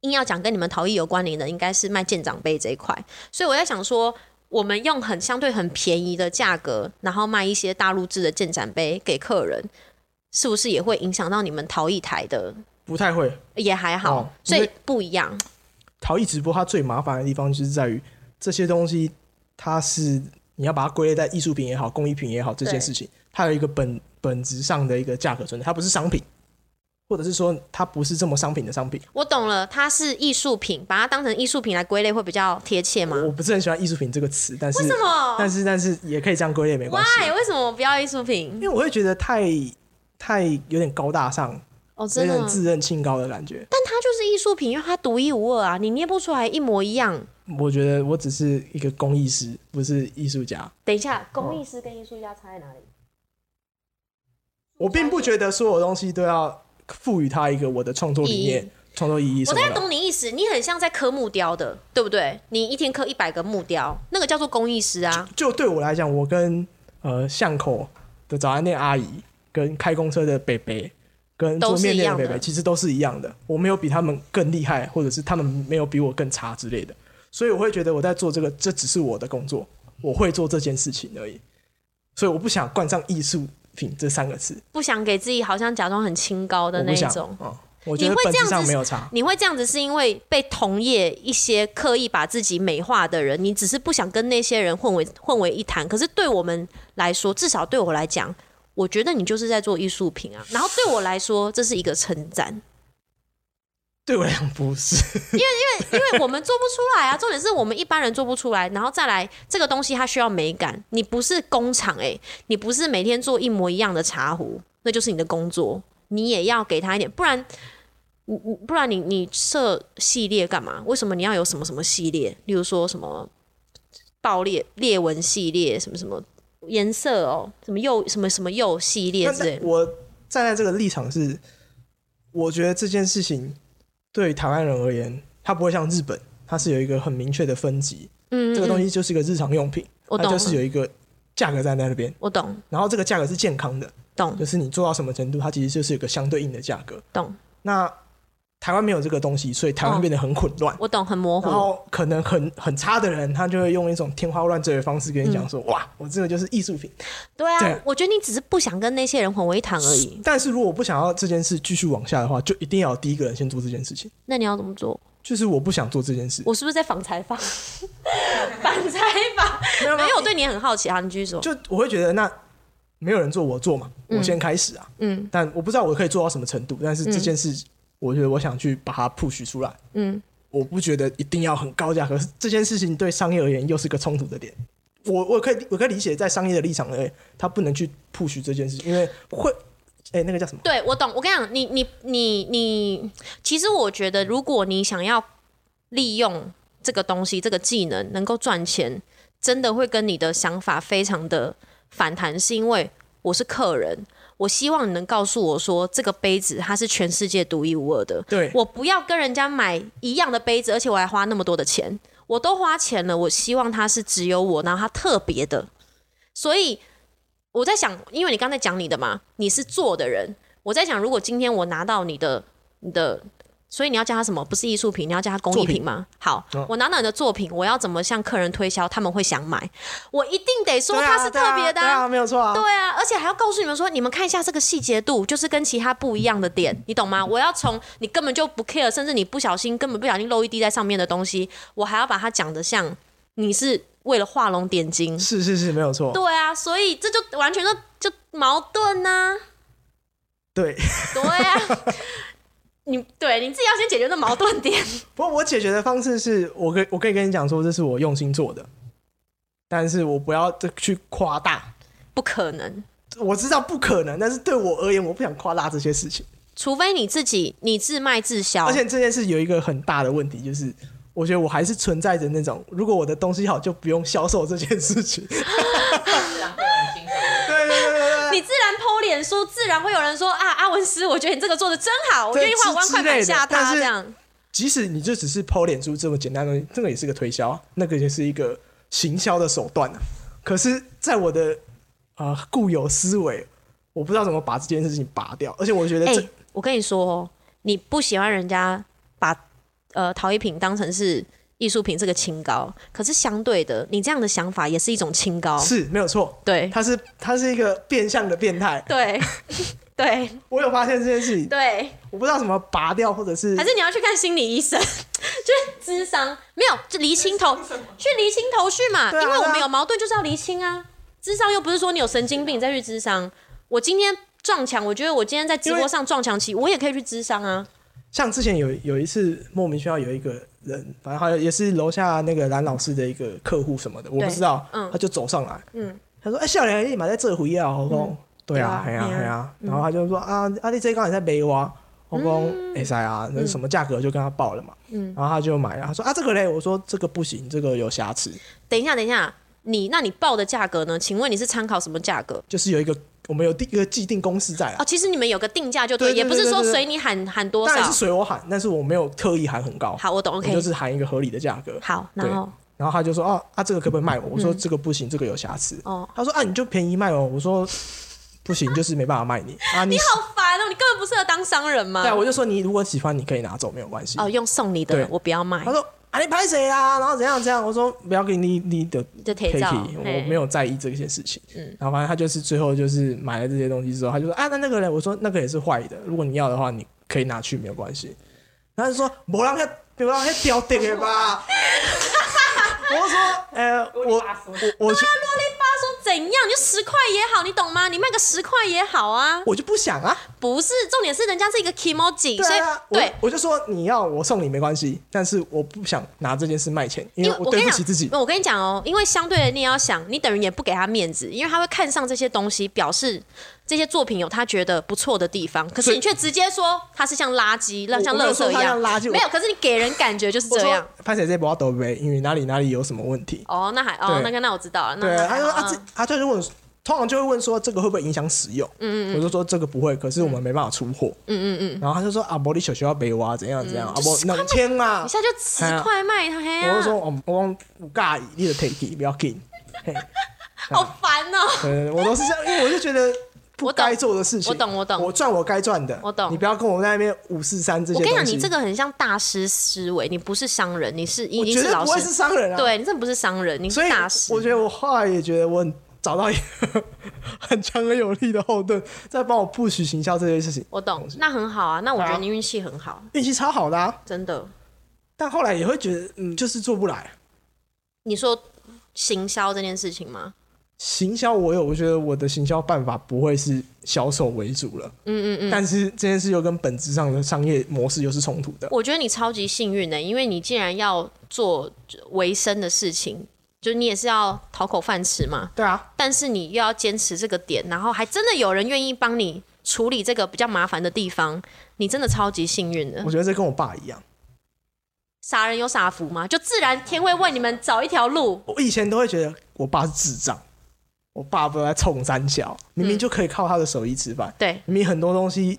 Speaker 1: 硬要讲跟你们陶艺有关联的，应该是卖鉴长杯这一块。所以我在想说，我们用很相对很便宜的价格，然后卖一些大陆制的鉴展杯给客人，是不是也会影响到你们陶艺台的？
Speaker 2: 不太会。
Speaker 1: 也还好，
Speaker 2: 哦
Speaker 1: 所
Speaker 2: 因
Speaker 1: 以
Speaker 2: 为
Speaker 1: 不一样。
Speaker 2: 陶艺直播它最麻烦的地方就是在于这些东西，它是你要把它归类在艺术品也好、工艺品也好这件事情，它有一个本本质上的一个价格存在，它不是商品，或者是说它不是这么商品的商品。
Speaker 1: 我懂了，它是艺术品，把它当成艺术品来归类会比较贴切吗
Speaker 2: 我我不是很喜欢艺术品这个词，但
Speaker 1: 嗯
Speaker 2: 是
Speaker 1: 为什么
Speaker 2: 但是但是也可以这样归类没关系，啊
Speaker 1: ？Why？为什么我不要艺术品？
Speaker 2: 因为我会觉得太太有点高大上，
Speaker 1: 哦，
Speaker 2: 有
Speaker 1: 真的
Speaker 2: 点，自认清高的感觉。
Speaker 1: 但它就是艺术品，因为它独一无二啊，你捏不出来一模一样。
Speaker 2: 我觉得我只是一个工艺师，不是艺术家。
Speaker 1: 等一下，工艺师跟艺术家差在哪里？
Speaker 2: 我并
Speaker 1: 啊
Speaker 2: 不觉得所有东西都要赋予它一个我的创作理
Speaker 1: 意
Speaker 2: 念
Speaker 1: 义、
Speaker 2: 创作意义什
Speaker 1: 我大概
Speaker 2: 么的。
Speaker 1: 懂你意思，你很像在刻木雕的，对不对？你一天刻一百个木雕，那个叫做工艺师啊。
Speaker 2: 就对我来讲，我跟呃巷口的早餐店阿姨、跟开公车的北北、跟做
Speaker 1: 都是
Speaker 2: 面店的北
Speaker 1: 一样
Speaker 2: 北，
Speaker 1: 的
Speaker 2: 其实都是一样的。我没有比他们更厉害，或者是他们没有比我更差之类的。所以我会觉得我在做这个，这只是我的工作，我会做这件事情而已。所以我不想冠上艺术品这三个字，
Speaker 1: 不想给自己好像假装很清高的
Speaker 2: 我
Speaker 1: 那
Speaker 2: 不
Speaker 1: 一
Speaker 2: 想
Speaker 1: 种。
Speaker 2: 嗯，我觉得
Speaker 1: 你会
Speaker 2: 本
Speaker 1: 这样
Speaker 2: 质
Speaker 1: 子
Speaker 2: 上没有差。
Speaker 1: 你会这样子是因为被同业一些刻意把自己美化的人，你只是不想跟那些人混为混为一谈。可是对我们来说，至少对我来讲，我觉得你就是在做艺术品啊。然后对我来说，这是一个称赞，
Speaker 2: 对我来讲不是。
Speaker 1: 因为我们做不出来啊。重点是我们一般人做不出来，然后再来这个东西它需要美感。你不是工厂诶、你不是每天做一模一样的茶壶，那就是你的工作，你也要给他一点，不然。你你不然你你设系列干嘛？为什么你要有什么什么系列？例如说什么爆裂裂纹系列，什么什么颜色哦，什么釉什么什么釉系列
Speaker 2: 但
Speaker 1: 之类的。
Speaker 2: 我站在这个立场是，我觉得这件事情对于台湾人而言，它不会像日本，它是有一个很明确的分级，
Speaker 1: 嗯，
Speaker 2: 这个东
Speaker 1: 西
Speaker 2: 西就是一个日常用品，
Speaker 1: 我
Speaker 2: 它
Speaker 1: 懂
Speaker 2: 就
Speaker 1: 了，
Speaker 2: 是有一个价格在那边，
Speaker 1: 我懂
Speaker 2: 然后这个价格是健康的，
Speaker 1: 懂
Speaker 2: 就是你做到什么程度，它其实就是有个相对应的价格。
Speaker 1: 懂，
Speaker 2: 那台湾没有这个东西，所以台湾
Speaker 1: 哦
Speaker 2: 变得很混乱。
Speaker 1: 我懂，很模
Speaker 2: 然
Speaker 1: 糊，
Speaker 2: 后可能很很差的人，他就会用一种天花乱坠的方式跟你
Speaker 1: 嗯
Speaker 2: 讲说：“哇，我这个就是艺术品。
Speaker 1: 对啊
Speaker 2: 对，
Speaker 1: 我觉得你只是不想跟那些人混为一谈而已”。
Speaker 2: 但是如果我不想要这件事继续往下的话，就一定要有第一个人先做这件事情。
Speaker 1: 那你要怎么做？
Speaker 2: 就是我不想做这件事，
Speaker 1: 我是不是在反采访？反采访？
Speaker 2: 没 有
Speaker 1: 没有，我对你很好奇啊，你继续说。
Speaker 2: 就我会觉得那没有人做，我做嘛，我先开始啊。
Speaker 1: 嗯
Speaker 2: 但我不知道我可以做到什么程度，但是这件事，我觉得我想去把它 push 出来。
Speaker 1: 嗯，
Speaker 2: 我不觉得一定要很高价，可是这件事情对商业而言又是个冲突的点。我我可以我可以理解，在商业的立场而言，他不能去 push 这件事，因为会哎、那个叫什么？
Speaker 1: 对我懂。我跟你讲，你你你你，其实我觉得，如果你想要利用这个东西、这个技能能够赚钱，真的会跟你的想法非常的反弹，是因为我是客人。我希望你能告诉我说，这个杯子它是全世界独一无二的。
Speaker 2: 对
Speaker 1: 我不要跟人家买一样的杯子，而且我还花那么多的钱，我都花钱了。我希望它是只有我，然后它特别的。所以我在想，因为你刚才讲你的嘛，你是做的人，我在想，如果今天我拿到你的你的，所以你要叫它什么？不是艺术品，你要叫它工艺品吗？好，
Speaker 2: 嗯
Speaker 1: 我拿到你的作品，我要怎么向客人推销？他们会想买，我一定得说
Speaker 2: 对啊
Speaker 1: 它是特别的
Speaker 2: 对啊对啊，没有错啊。
Speaker 1: 对啊，而且还要告诉你们说，你们看一下这个细节度，就是跟其他不一样的点，你懂吗？我要从你根本就不 care，甚至你不小心根本不小心漏一滴在上面的东西，我还要把它讲的像你是为了画龙点睛。
Speaker 2: 是是是，没有错。
Speaker 1: 对啊，所以这就完全就就矛盾 呐、
Speaker 2: 对，
Speaker 1: 对啊，你对你自己要先解决这矛盾点。
Speaker 2: 不过我解决的方式是我可以我可以跟你讲说，这是我用心做的，但是我不要去夸大。
Speaker 1: 不可能，
Speaker 2: 我知道不可能，但是对我而言，我不想夸大这些事情。
Speaker 1: 除非你自己你自卖自销。
Speaker 2: 而且这件事有一个很大的问题，就是我觉得我还是存在着那种，如果我的东西好，就不用销售这件事情。对
Speaker 3: 自然会很欣赏的。
Speaker 2: 对对对对
Speaker 1: 你自然剖脸书，自然会有人说啊，阿文师，我觉得你这个做的真好，我愿意花五万块买下
Speaker 2: 之类的但
Speaker 1: 它
Speaker 2: 是
Speaker 1: 这样。
Speaker 2: 即使你就只是抛脸书这么简单的东西，这个也是个推销啊，那个也是一个行销的手段啊。可是，在我的呃固有思维，我不知道怎么把这件事情拔掉，而且我觉得
Speaker 1: 哎、
Speaker 2: 这、
Speaker 1: 我跟你说哦，你不喜欢人家把呃陶艺品当成是艺术品这个清高，可是相对的，你这样的想法也是一种清高。
Speaker 2: 是没有错，
Speaker 1: 对
Speaker 2: 它是它是一个变相的变态。
Speaker 1: 对 对
Speaker 2: 我有发现这件事情，
Speaker 1: 对，
Speaker 2: 我不知道怎么拔掉，或者是
Speaker 1: 还是你要去看心理医生， 就是智商没有，就厘清头，去厘清头绪嘛。
Speaker 2: 对啊
Speaker 1: 因为我
Speaker 2: 对
Speaker 1: 们
Speaker 2: 啊
Speaker 1: 有矛盾就是要厘清啊。智商又不是说你有神经病你再去智商。我今天撞墙，我觉得我今天在直
Speaker 2: 因为
Speaker 1: 播上撞墙期，我也可以去智商啊。
Speaker 2: 像之前有有一次莫名其妙有一个人，反正好像也是楼下那个蓝老师的一个客户什么的，我不知道，
Speaker 1: 嗯
Speaker 2: 他就走上来，
Speaker 1: 嗯
Speaker 2: 他说：“哎、笑脸你买在这回啊，我讲，对啊，哎
Speaker 1: 对
Speaker 2: 呀
Speaker 1: 啊
Speaker 2: 哎
Speaker 1: 嘿
Speaker 2: 呀，然后他就说啊，啊你这刚也在北哇，我讲哎塞啊，那是什么价格就跟他报了嘛，
Speaker 1: 嗯
Speaker 2: 然后他就买了，他说啊这个嘞，我说这个不行，这个有瑕疵，
Speaker 1: 等一下，等一下，你那你报的价格呢？请问你是参考什么价格？
Speaker 2: 就是有一个我们有第一个既定公式在啊
Speaker 1: 哦，
Speaker 2: 啦，
Speaker 1: 其实你们有个定价就
Speaker 2: 对对
Speaker 1: 也不是
Speaker 2: 对对
Speaker 1: 说
Speaker 2: 对
Speaker 1: 随你喊喊多
Speaker 2: 当然
Speaker 1: 少
Speaker 2: 是。随我喊，但是我没有特意喊很高，
Speaker 1: 好，我懂
Speaker 2: 我
Speaker 1: ，OK，
Speaker 2: 就是喊一个合理的价格，
Speaker 1: 好，
Speaker 2: 对
Speaker 1: 然后嗯
Speaker 2: 然后他就说：“哦，啊，这个可不可以卖我？”我说：“这个不行，这个有瑕疵。”
Speaker 1: 哦
Speaker 2: 他说：“啊，你就便宜卖哦。”我说：“不行，就是没办法卖你啊。你”
Speaker 1: 好烦哦，你根本不适合当商人嘛。
Speaker 2: 对，我就说你如果喜欢，你可以拿走，没有关系。
Speaker 1: 哦，用送你
Speaker 2: 对
Speaker 1: 的，我不要卖
Speaker 2: 他。说：“啊，你拍谁啊？然后怎样怎样？”我说：“不要给你你的
Speaker 1: 就贴
Speaker 2: k i
Speaker 1: 照，
Speaker 2: 我
Speaker 1: 嘿
Speaker 2: 没有在意这些事情。”
Speaker 1: 嗯
Speaker 2: 然后反正他就是最后就是买了这些东西之后，他就说：“啊，那那个嘞？”我说：“那个也是坏的，如果你要的话，你可以拿去，没有关系。”然后他就说：“不让他不让他掉定的吧。” 我就说：“呃，我
Speaker 3: 啰里吧嗦
Speaker 2: 我我去。”
Speaker 1: 他说怎样？你就十块也好，你懂吗？你卖个十块也好啊，
Speaker 2: 我就不想啊。
Speaker 1: 不是重点是人家是一个 emoji，、所以
Speaker 2: 啊，我
Speaker 1: 对，
Speaker 2: 我就说你要我送你没关系，但是我不想拿这件事卖钱，因
Speaker 1: 因
Speaker 2: 为
Speaker 1: 为
Speaker 2: 我
Speaker 1: 我
Speaker 2: 对
Speaker 1: 跟你
Speaker 2: 不
Speaker 1: 讲
Speaker 2: 起自己。
Speaker 1: 没有我跟你讲哦，因为相对的你也要想，你等于也不给他面子，因为他会看上这些东西，表示这些作品有他觉得不错的地方，可是
Speaker 2: 所以
Speaker 1: 你却直接说它是像垃圾，让像
Speaker 2: 我没
Speaker 1: 垃
Speaker 2: 有说
Speaker 1: 圾一
Speaker 2: 它
Speaker 1: 样，
Speaker 2: 像垃圾我
Speaker 1: 没有，可是你给人感觉就是
Speaker 2: 我
Speaker 1: 这
Speaker 2: 说
Speaker 1: 样。
Speaker 2: 拍谁这波都呗，因为哪里哪里有什么问题。
Speaker 1: 哦，那还哦，
Speaker 2: 对
Speaker 1: 那个那我知道了。那
Speaker 2: 对，
Speaker 1: 那
Speaker 2: 他就说
Speaker 1: 还好嗯
Speaker 2: 啊，这他就问，通常就会问说这个会不会影响使用？嗯嗯，我就说这个不会，可是我们没办法出货。
Speaker 1: 嗯嗯嗯，
Speaker 2: 然后他就说啊，玻璃小学要北挖怎样怎样，啊不两千嘛
Speaker 1: 一。下就十
Speaker 2: 哎呀
Speaker 1: 块卖它，嘿
Speaker 2: 我
Speaker 1: 啊
Speaker 2: 就说，我我讲有介意，你就提起，不要紧。嘿
Speaker 1: 好烦哦、
Speaker 2: 嗯，我都是这样，因为我就觉得不
Speaker 1: 我懂
Speaker 2: 该做的事情，
Speaker 1: 我懂，我懂。
Speaker 2: 我赚我该赚的，
Speaker 1: 我懂
Speaker 2: 你不要跟我在那边五四三这些
Speaker 1: 我
Speaker 2: 东
Speaker 1: 跟
Speaker 2: 西。
Speaker 1: 你讲，你这个很像大师思维，你不是商人，你是
Speaker 2: 我
Speaker 1: 已经
Speaker 2: 绝对
Speaker 1: 老
Speaker 2: 不会
Speaker 1: 师，
Speaker 2: 是商人啊。，
Speaker 1: 对你真的不是商人，你
Speaker 2: 所
Speaker 1: 是
Speaker 2: 以
Speaker 1: 大师。
Speaker 2: 我觉得我后来也觉得我很 找到一个很强而有力的后盾，在帮我布局行销这件事情，
Speaker 1: 我懂，那很好啊，那我觉
Speaker 2: 好
Speaker 1: 得你运气很好，
Speaker 2: 运气超好的、啊。
Speaker 1: 真的。
Speaker 2: 但后来也会觉得，嗯，就是做不来。
Speaker 1: 你说行销这件事情吗？
Speaker 2: 行销我有，我觉得我的行销办法不会是销售为主了，
Speaker 1: 嗯嗯嗯。
Speaker 2: 但是这件事又跟本质上的商业模式又是冲突的。
Speaker 1: 我觉得你超级幸运的、欸因为你既然要做维生的事情，就你也是要讨口饭吃嘛，
Speaker 2: 对啊，
Speaker 1: 但是你又要坚持这个点，然后还真的有人愿意帮你处理这个比较麻烦的地方，你真的超级幸运的
Speaker 2: 我。觉得这跟我爸一样，
Speaker 1: 傻人有傻福嘛，就自然天会为你们找一条路。
Speaker 2: 我以前都会觉得我爸是智障，我爸不知道在冲三小，明明就可以靠他的手艺吃饭，
Speaker 1: 嗯对
Speaker 2: 明明很多东西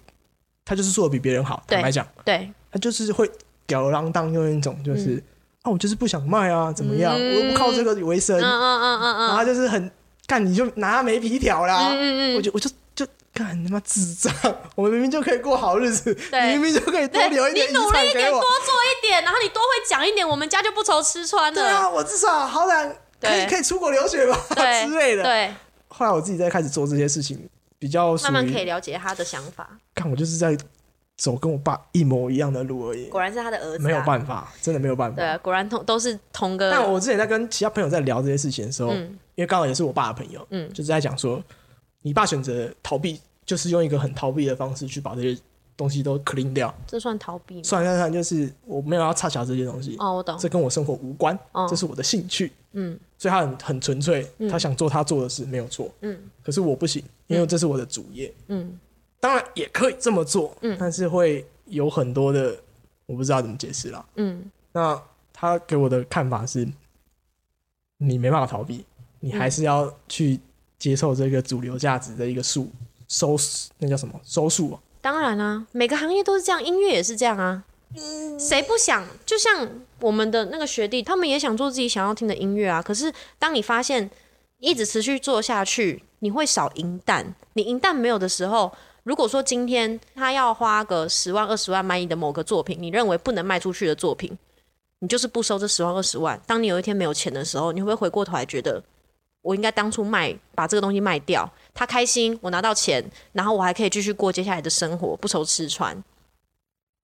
Speaker 2: 他就是做的比别人好。
Speaker 1: 对
Speaker 2: 坦白讲，
Speaker 1: 对，
Speaker 2: 他就是会吊儿郎当，用一种就是、啊，我就是不想卖啊，怎么样，
Speaker 1: 嗯
Speaker 2: 我又不靠这个为生，
Speaker 1: 嗯嗯嗯嗯
Speaker 2: 然后
Speaker 1: 嗯
Speaker 2: 他就是很干，你就拿他没皮条啦。
Speaker 1: 嗯
Speaker 2: 我
Speaker 1: 嗯嗯，
Speaker 2: 就我就就干你妈智障！我明明就可以过好日子，你
Speaker 1: 对
Speaker 2: 明明就可以多
Speaker 1: 对，
Speaker 2: 留一点
Speaker 1: 你
Speaker 2: 遗
Speaker 1: 努力
Speaker 2: 产
Speaker 1: 一
Speaker 2: 给
Speaker 1: 点，
Speaker 2: 我
Speaker 1: 多。做一点，然后你多会讲一点，我们家就不愁吃穿
Speaker 2: 对
Speaker 1: 了。
Speaker 2: 啊，我至少好歹可以
Speaker 1: 对
Speaker 2: 可以出国留学吧
Speaker 1: 对
Speaker 2: 之类的。
Speaker 1: 对，
Speaker 2: 后来我自己在开始做这些事情，比较属
Speaker 1: 慢慢可以
Speaker 2: 于
Speaker 1: 了解他的想法。
Speaker 2: 看我就是在走跟我爸一模一样的路而已，
Speaker 1: 果然是他的儿子、啊，
Speaker 2: 没有办法，真的没有办法。
Speaker 1: 对，啊果然同都是同个。
Speaker 2: 但我之前在跟其他朋友在聊这些事情的时候，
Speaker 1: 呃嗯
Speaker 2: 因为刚好也是我爸的朋友，
Speaker 1: 嗯
Speaker 2: 就是在讲说，你爸选择逃避，就是用一个很逃避的方式去把这些东西都 clean 掉。
Speaker 1: 这算逃避吗？
Speaker 2: 算算算，就是我没有要插小这些东西，
Speaker 1: 哦，我懂。
Speaker 2: 这跟我生活无关，
Speaker 1: 哦
Speaker 2: 这是我的兴趣。
Speaker 1: 嗯
Speaker 2: 所以他很很纯粹，他想做他做的事没有错，
Speaker 1: 嗯
Speaker 2: 可是我不行，因为这是我的主业。
Speaker 1: 嗯，
Speaker 2: 当然也可以这么做，但是会有很多的我不知道怎么解释啦。
Speaker 1: 嗯
Speaker 2: 那他给我的看法是，你没办法逃避，你还是要去接受这个主流价值的一个束收，那叫什么收束啊？
Speaker 1: 当然啦、每个行业都是这样，音乐也是这样啊。谁不想？就像我们的那个学弟，他们也想做自己想要听的音乐啊。可是当你发现一直持续做下去，你会少银弹。你银弹没有的时候，如果说今天他要花个十万二十万买你的某个作品，你认为不能卖出去的作品，你就是不收这十万二十万。当你有一天没有钱的时候，你会不会回过头来觉得，我应该当初卖把这个东西卖掉，他开心，我拿到钱，然后我还可以继续过接下来的生活，不愁吃穿。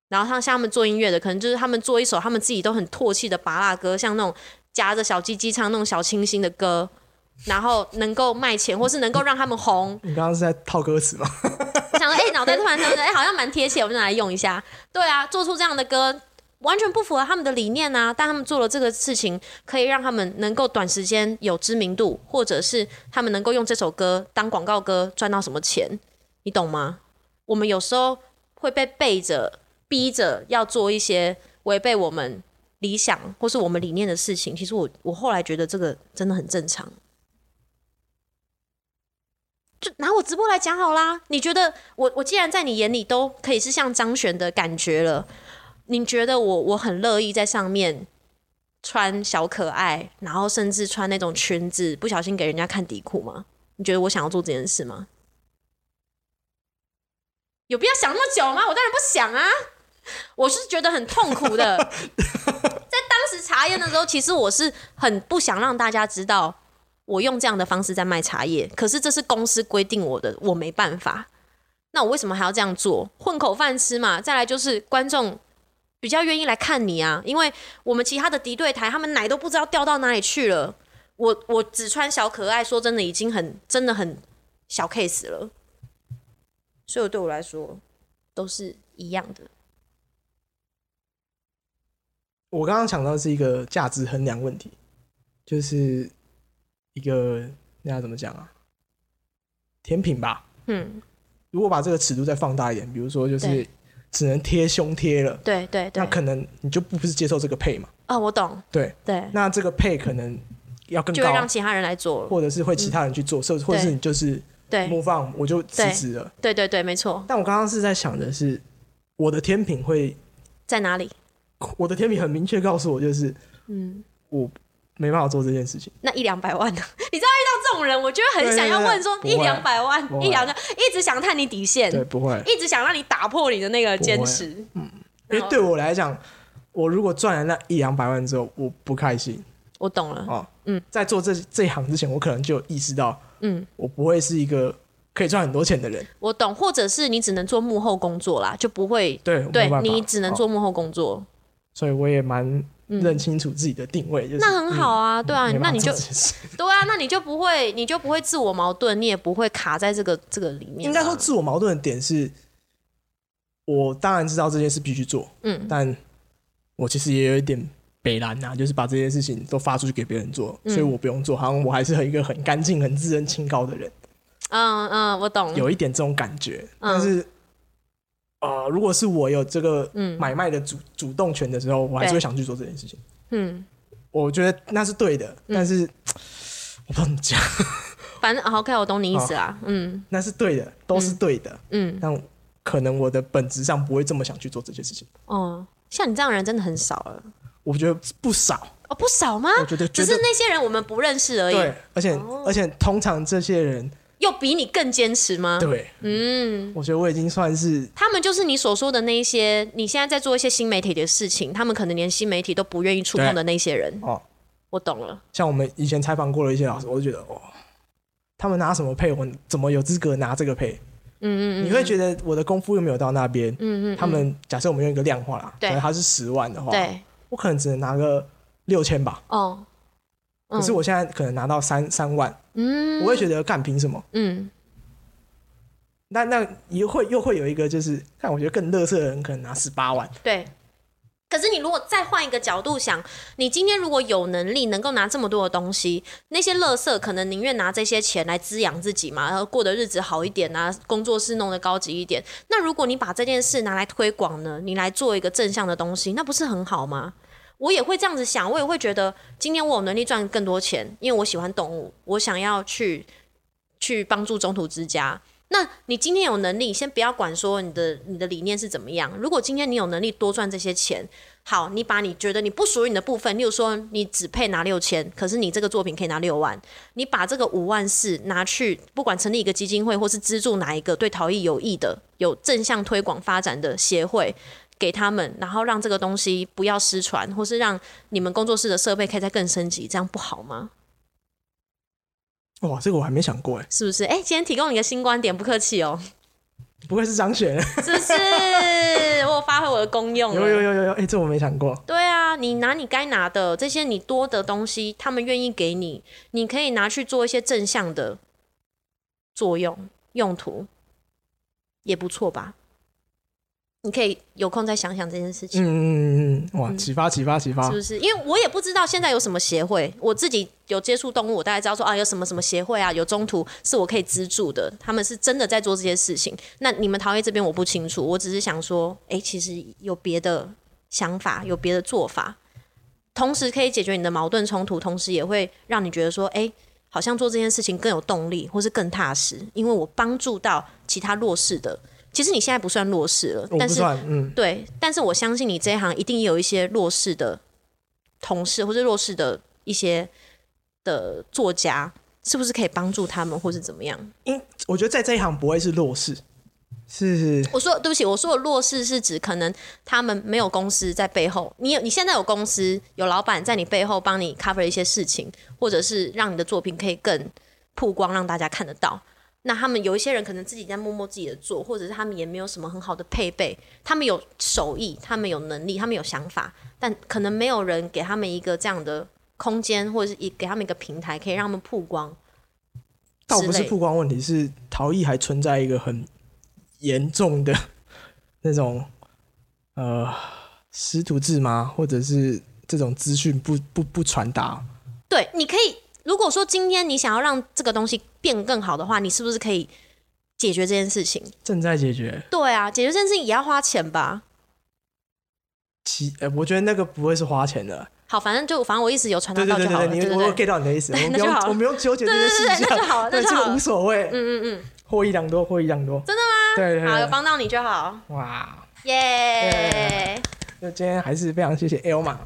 Speaker 1: 然后像像他们做音乐的，可能就是他们做一首他们自己都很唾弃的拔蜡歌，像那种夹着小鸡鸡唱那种小清新的歌，然后能够卖钱，或是能够让他们红，
Speaker 2: 你刚刚是在套歌词吗？
Speaker 1: 我想说，哎、脑袋突然想说，哎、好像蛮贴切，我就拿来用一下。对啊，做出这样的歌完全不符合他们的理念啊，但他们做了这个事情，可以让他们能够短时间有知名度，或者是他们能够用这首歌当广告歌赚到什么钱，你懂吗？我们有时候会被背着、逼着要做一些违背我们理想或是我们理念的事情。其实我我后来觉得这个真的很正常。就拿我直播来讲好啦。你觉得我我既然在你眼里都可以是像张悬的感觉了，你觉得我我很乐意在上面穿小可爱，然后甚至穿那种裙子，不小心给人家看底裤吗？你觉得我想要做这件事吗？有必要想那么久吗？我当然不想啊！我是觉得很痛苦的。在当时查验的时候，其实我是很不想让大家知道我用这样的方式在卖茶叶，可是这是公司规定我的，我没办法。那我为什么还要这样做？混口饭吃嘛。再来就是观众比较愿意来看你啊，因为我们其他的敌对台，他们奶都不知道掉到哪里去了。我我只穿小可爱，说真的，已经很真的很小 case 了。所以对我来说都是一样的。
Speaker 2: 我刚刚讲到是一个价值衡量问题，就是一个那要怎么讲啊？甜品吧，
Speaker 1: 嗯，
Speaker 2: 如果把这个尺度再放大一点，比如说就是
Speaker 1: 对
Speaker 2: 只能贴胸贴了，
Speaker 1: 对对对
Speaker 2: 那。可能你就不是接受这个配嘛？
Speaker 1: 哦，我懂。
Speaker 2: 对，
Speaker 1: 对，
Speaker 2: 那这个配可能要更
Speaker 1: 就会
Speaker 2: 高
Speaker 1: 让，其他人来做了。
Speaker 2: 或者是会其他人去做，甚至或者是你就是
Speaker 1: 对
Speaker 2: 模仿我就辞职了。
Speaker 1: 对对对，没错。
Speaker 2: 但我刚刚是在想的是，我的天平会，
Speaker 1: 在哪里？
Speaker 2: 我的天平很明确告诉我，就是
Speaker 1: 嗯，
Speaker 2: 我没办法做这件事情。
Speaker 1: 那一两百万呢？ 你知道遇到这种人，我就会很想要问说
Speaker 2: 对对对
Speaker 1: 一
Speaker 2: 不会
Speaker 1: 两百万
Speaker 2: 不，会
Speaker 1: 一两个，一直想探你底线，
Speaker 2: 对，不会，
Speaker 1: 一直想让你打破你的那个坚持。
Speaker 2: 因为
Speaker 1: 哦
Speaker 2: 对我来讲，我如果赚了那一两百万之后，我不开心
Speaker 1: 我懂了，
Speaker 2: 哦。
Speaker 1: 嗯，
Speaker 2: 在做这这一行之前，我可能就有意识到，
Speaker 1: 嗯，
Speaker 2: 我不会是一个可以赚很多钱的人。
Speaker 1: 我懂，或者是你只能做幕后工作啦，就不会
Speaker 2: 对，我
Speaker 1: 对
Speaker 2: 没办法
Speaker 1: 你只能
Speaker 2: 哦
Speaker 1: 做幕后工作，
Speaker 2: 所以我也蛮认清楚自己的定位，就是
Speaker 1: 那很好啊，对啊
Speaker 2: 嗯没，
Speaker 1: 那
Speaker 2: 办法
Speaker 1: 你就
Speaker 2: 做这件事
Speaker 1: 对啊，那你就不会，你就不会自我矛盾，你也不会卡在这个这个里面啊。
Speaker 2: 应该说自我矛盾的点是，我当然知道这件事必须做，
Speaker 1: 嗯
Speaker 2: 但我其实也有一点北蓝呐、就是把这件事情都发出去给别人做，
Speaker 1: 嗯
Speaker 2: 所以我不用做，好像我还是一个很干净、很自认清高的人，
Speaker 1: 嗯嗯，我懂。
Speaker 2: 有一点这种感觉。
Speaker 1: 嗯
Speaker 2: 但是，呃，如果是我有这个
Speaker 1: 嗯
Speaker 2: 买卖的主主动权的时候，我还是
Speaker 1: 对
Speaker 2: 会想去做这件事情。
Speaker 1: 嗯，
Speaker 2: 我觉得那是对的，但是我不知道怎么讲，
Speaker 1: 反正啊 OK，我懂你意思
Speaker 2: 哦
Speaker 1: 啦。嗯
Speaker 2: 那是对的，都是对的，
Speaker 1: 嗯
Speaker 2: 但可能我的本质上不会这么想去做这些事情。
Speaker 1: 哦，像你这样的人真的很少了
Speaker 2: 我觉得不少，
Speaker 1: 哦，不少吗？
Speaker 2: 我觉得
Speaker 1: 只
Speaker 2: 绝
Speaker 1: 是那些人我们不认识而已
Speaker 2: 对，，而且、
Speaker 1: 哦
Speaker 2: 而且通常这些人，
Speaker 1: 又比你更坚持吗？
Speaker 2: 对
Speaker 1: 嗯，
Speaker 2: 我觉得我已经算是
Speaker 1: 他们就是你所说的那一些，你现在在做一些新媒体的事情，他们可能连新媒体都不愿意触碰的那些人。
Speaker 2: 哦，
Speaker 1: 我懂了，
Speaker 2: 像我们以前采访过的一些老师，我就觉得哦，他们拿什么配，我怎么有资格拿这个配？
Speaker 1: 嗯嗯嗯，
Speaker 2: 你会觉得我的功夫又没有到那边。
Speaker 1: 嗯嗯嗯，
Speaker 2: 他们假设我们用一个量化啦，
Speaker 1: 对
Speaker 2: 假如他是十万的话，
Speaker 1: 对
Speaker 2: 我可能只能拿个六千吧。
Speaker 1: 哦，嗯
Speaker 2: 可是我现在可能拿到三三万，
Speaker 1: 嗯，
Speaker 2: 我会觉得干凭什么？
Speaker 1: 嗯
Speaker 2: 那那也会又会有一个就是，看我觉得更乐色的人可能拿十八万，
Speaker 1: 对。可是你如果再换一个角度想，你今天如果有能力能够拿这么多的东西，那些垃圾可能宁愿拿这些钱来滋养自己嘛，然后过的日子好一点啊，工作室弄得高级一点。那如果你把这件事拿来推广呢，你来做一个正向的东西，那不是很好吗？我也会这样子想，我也会觉得，今天我有能力赚更多钱，因为我喜欢动物，我想要去去帮助中途之家。那你今天有能力，先不要管说你的你的理念是怎么样。如果今天你有能力多赚这些钱，好，你把你觉得你不属于你的部分，例如说你只配拿六千，可是你这个作品可以拿六万，你把这个五万四拿去，不管成立一个基金会，或是资助哪一个对陶艺有益的、有正向推广发展的协会。给他们，然后让这个东西不要失传，或是让你们工作室的设备可以再更升级，这样不好吗？
Speaker 2: 哇，这个我还没想过哎，
Speaker 1: 是不是？哎，今天提供你个新观点，不客气哦，
Speaker 2: 不愧是张雪，
Speaker 1: 是不是？我有发挥我的功用了。
Speaker 2: 有有有有有，哎、这我没想过，
Speaker 1: 对啊，你拿你该拿的这些你多的东西，他们愿意给你，你可以拿去做一些正向的作用用途，也不错吧？你可以有空再想想这件事情，
Speaker 2: 嗯嗯嗯嗯，哇，启发启发启发
Speaker 1: 是，不是？因为我也不知道现在有什么协会，我自己有接触动物，我大概知道说啊，有什么什么协会啊，有中途是我可以资助的，他们是真的在做这些事情。那你们陶艺这边我不清楚，我只是想说，哎、其实有别的想法，有别的做法，同时可以解决你的矛盾冲突，同时也会让你觉得说，哎、好像做这件事情更有动力，或是更踏实，因为我帮助到其他弱势的。其实你现在不算弱势了，
Speaker 2: 我
Speaker 1: 但
Speaker 2: 不
Speaker 1: 是
Speaker 2: 算，嗯，
Speaker 1: 对，但是我相信你这一行一定有一些弱势的同事，或是弱势的一些的作家，是不是可以帮助他们，或是怎么样？
Speaker 2: 因我觉得在这一行不会是弱势，是
Speaker 1: 我说对不起，我说的弱势是指可能他们没有公司在背后，你有你现在有公司有老板在你背后帮你 cover 一些事情，或者是让你的作品可以更曝光，让大家看得到。那他们有一些人可能自己在默默自己的做，或者是他们也没有什么很好的配备，他们有手艺，他们有能力，他们有想法，但可能没有人给他们一个这样的空间，或者是一给他们一个平台，可以让他们曝光。
Speaker 2: 倒不
Speaker 1: 之
Speaker 2: 是
Speaker 1: 类
Speaker 2: 曝光问题，是陶艺还存在一个很严 重的那种呃师徒制吗？或者是这种资讯不不不传达？
Speaker 1: 对，你可以，如果说今天你想要让这个东西变更好的话，你是不是可以解决这件事情？
Speaker 2: 正在解决
Speaker 1: 对啊，解决这件事情也要花钱吧？
Speaker 2: 其、呃，我觉得那个不会是花钱的。
Speaker 1: 好，反正就反正我意思有传达
Speaker 2: 对对
Speaker 1: 到
Speaker 2: 对
Speaker 1: 就好
Speaker 2: 对
Speaker 1: 了，
Speaker 2: 对，
Speaker 1: 对
Speaker 2: 你
Speaker 1: 对
Speaker 2: 我有
Speaker 1: 对
Speaker 2: get 到你的意思，我 们
Speaker 1: 那
Speaker 2: 不
Speaker 1: 就
Speaker 2: 用
Speaker 1: 好了
Speaker 2: 我们不用纠结这
Speaker 1: 对
Speaker 2: 些
Speaker 1: 对
Speaker 2: 事
Speaker 1: 对
Speaker 2: 情
Speaker 1: 那就好了
Speaker 2: 啊，对
Speaker 1: 那就
Speaker 2: 这
Speaker 1: 好
Speaker 2: 个无
Speaker 1: 了
Speaker 2: 所谓，
Speaker 1: 嗯嗯
Speaker 2: 获益良多，获益良多。真的吗？对
Speaker 1: 嗯，好，有
Speaker 2: 对
Speaker 1: 帮到你就好，
Speaker 2: 对，哇！
Speaker 1: 耶、
Speaker 2: 那今天还是非常谢谢 L 嘛，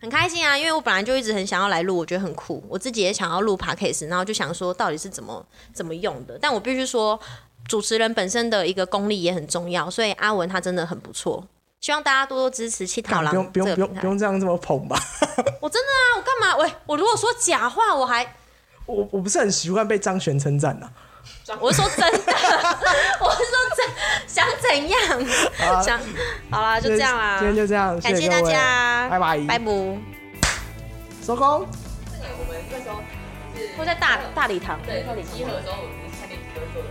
Speaker 1: 很开心啊，因为我本来就一直很想要来录，我觉得很酷，我自己也想要录 podcast，然后就想说到底是怎么怎么用的。但我必须说，主持人本身的一个功力也很重要，所以阿文他真的很不错。希望大家多多支持七
Speaker 2: 干
Speaker 1: 桃郎
Speaker 2: 不用不
Speaker 1: 这个
Speaker 2: 用不用
Speaker 1: 平
Speaker 2: 不
Speaker 1: 台。
Speaker 2: 用这样这么捧吧。
Speaker 1: 我真的啊，我干嘛？喂，我如果说假话，我还
Speaker 2: 我我不是很习惯被张璇称赞呐。啊
Speaker 1: 我是说真的，我是说真想怎样？ 想好啦，就这样啦
Speaker 2: 啊今。天就这样，
Speaker 1: 感谢
Speaker 2: 各
Speaker 1: 大
Speaker 2: 位
Speaker 1: 家，
Speaker 2: 拜拜，
Speaker 1: 拜，拜。
Speaker 2: 收工。
Speaker 3: 我们那时候就是
Speaker 1: 会在大大礼堂，
Speaker 3: 对
Speaker 1: 大礼堂
Speaker 3: 集合的时候，我们是看电视都会坐的，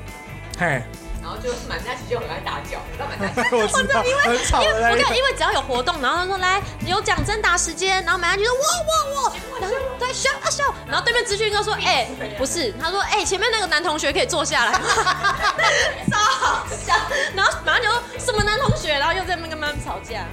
Speaker 2: 嘿，
Speaker 3: 然后就满大奇就很爱打脚，你知道满大 奇
Speaker 2: 我知道，很吵
Speaker 1: 因为
Speaker 2: 的那
Speaker 1: 不
Speaker 2: 一
Speaker 1: 对，
Speaker 2: 种。
Speaker 1: 因为只要有活动，然后他说来有奖征答时间，然后马上就说我我我，然后对笑啊笑，然后对面资讯哥说哎、不是，他说哎、前面那个男同学可以坐下来，超好笑，然后马上就说什么男同学，然后又在那边跟他们吵架。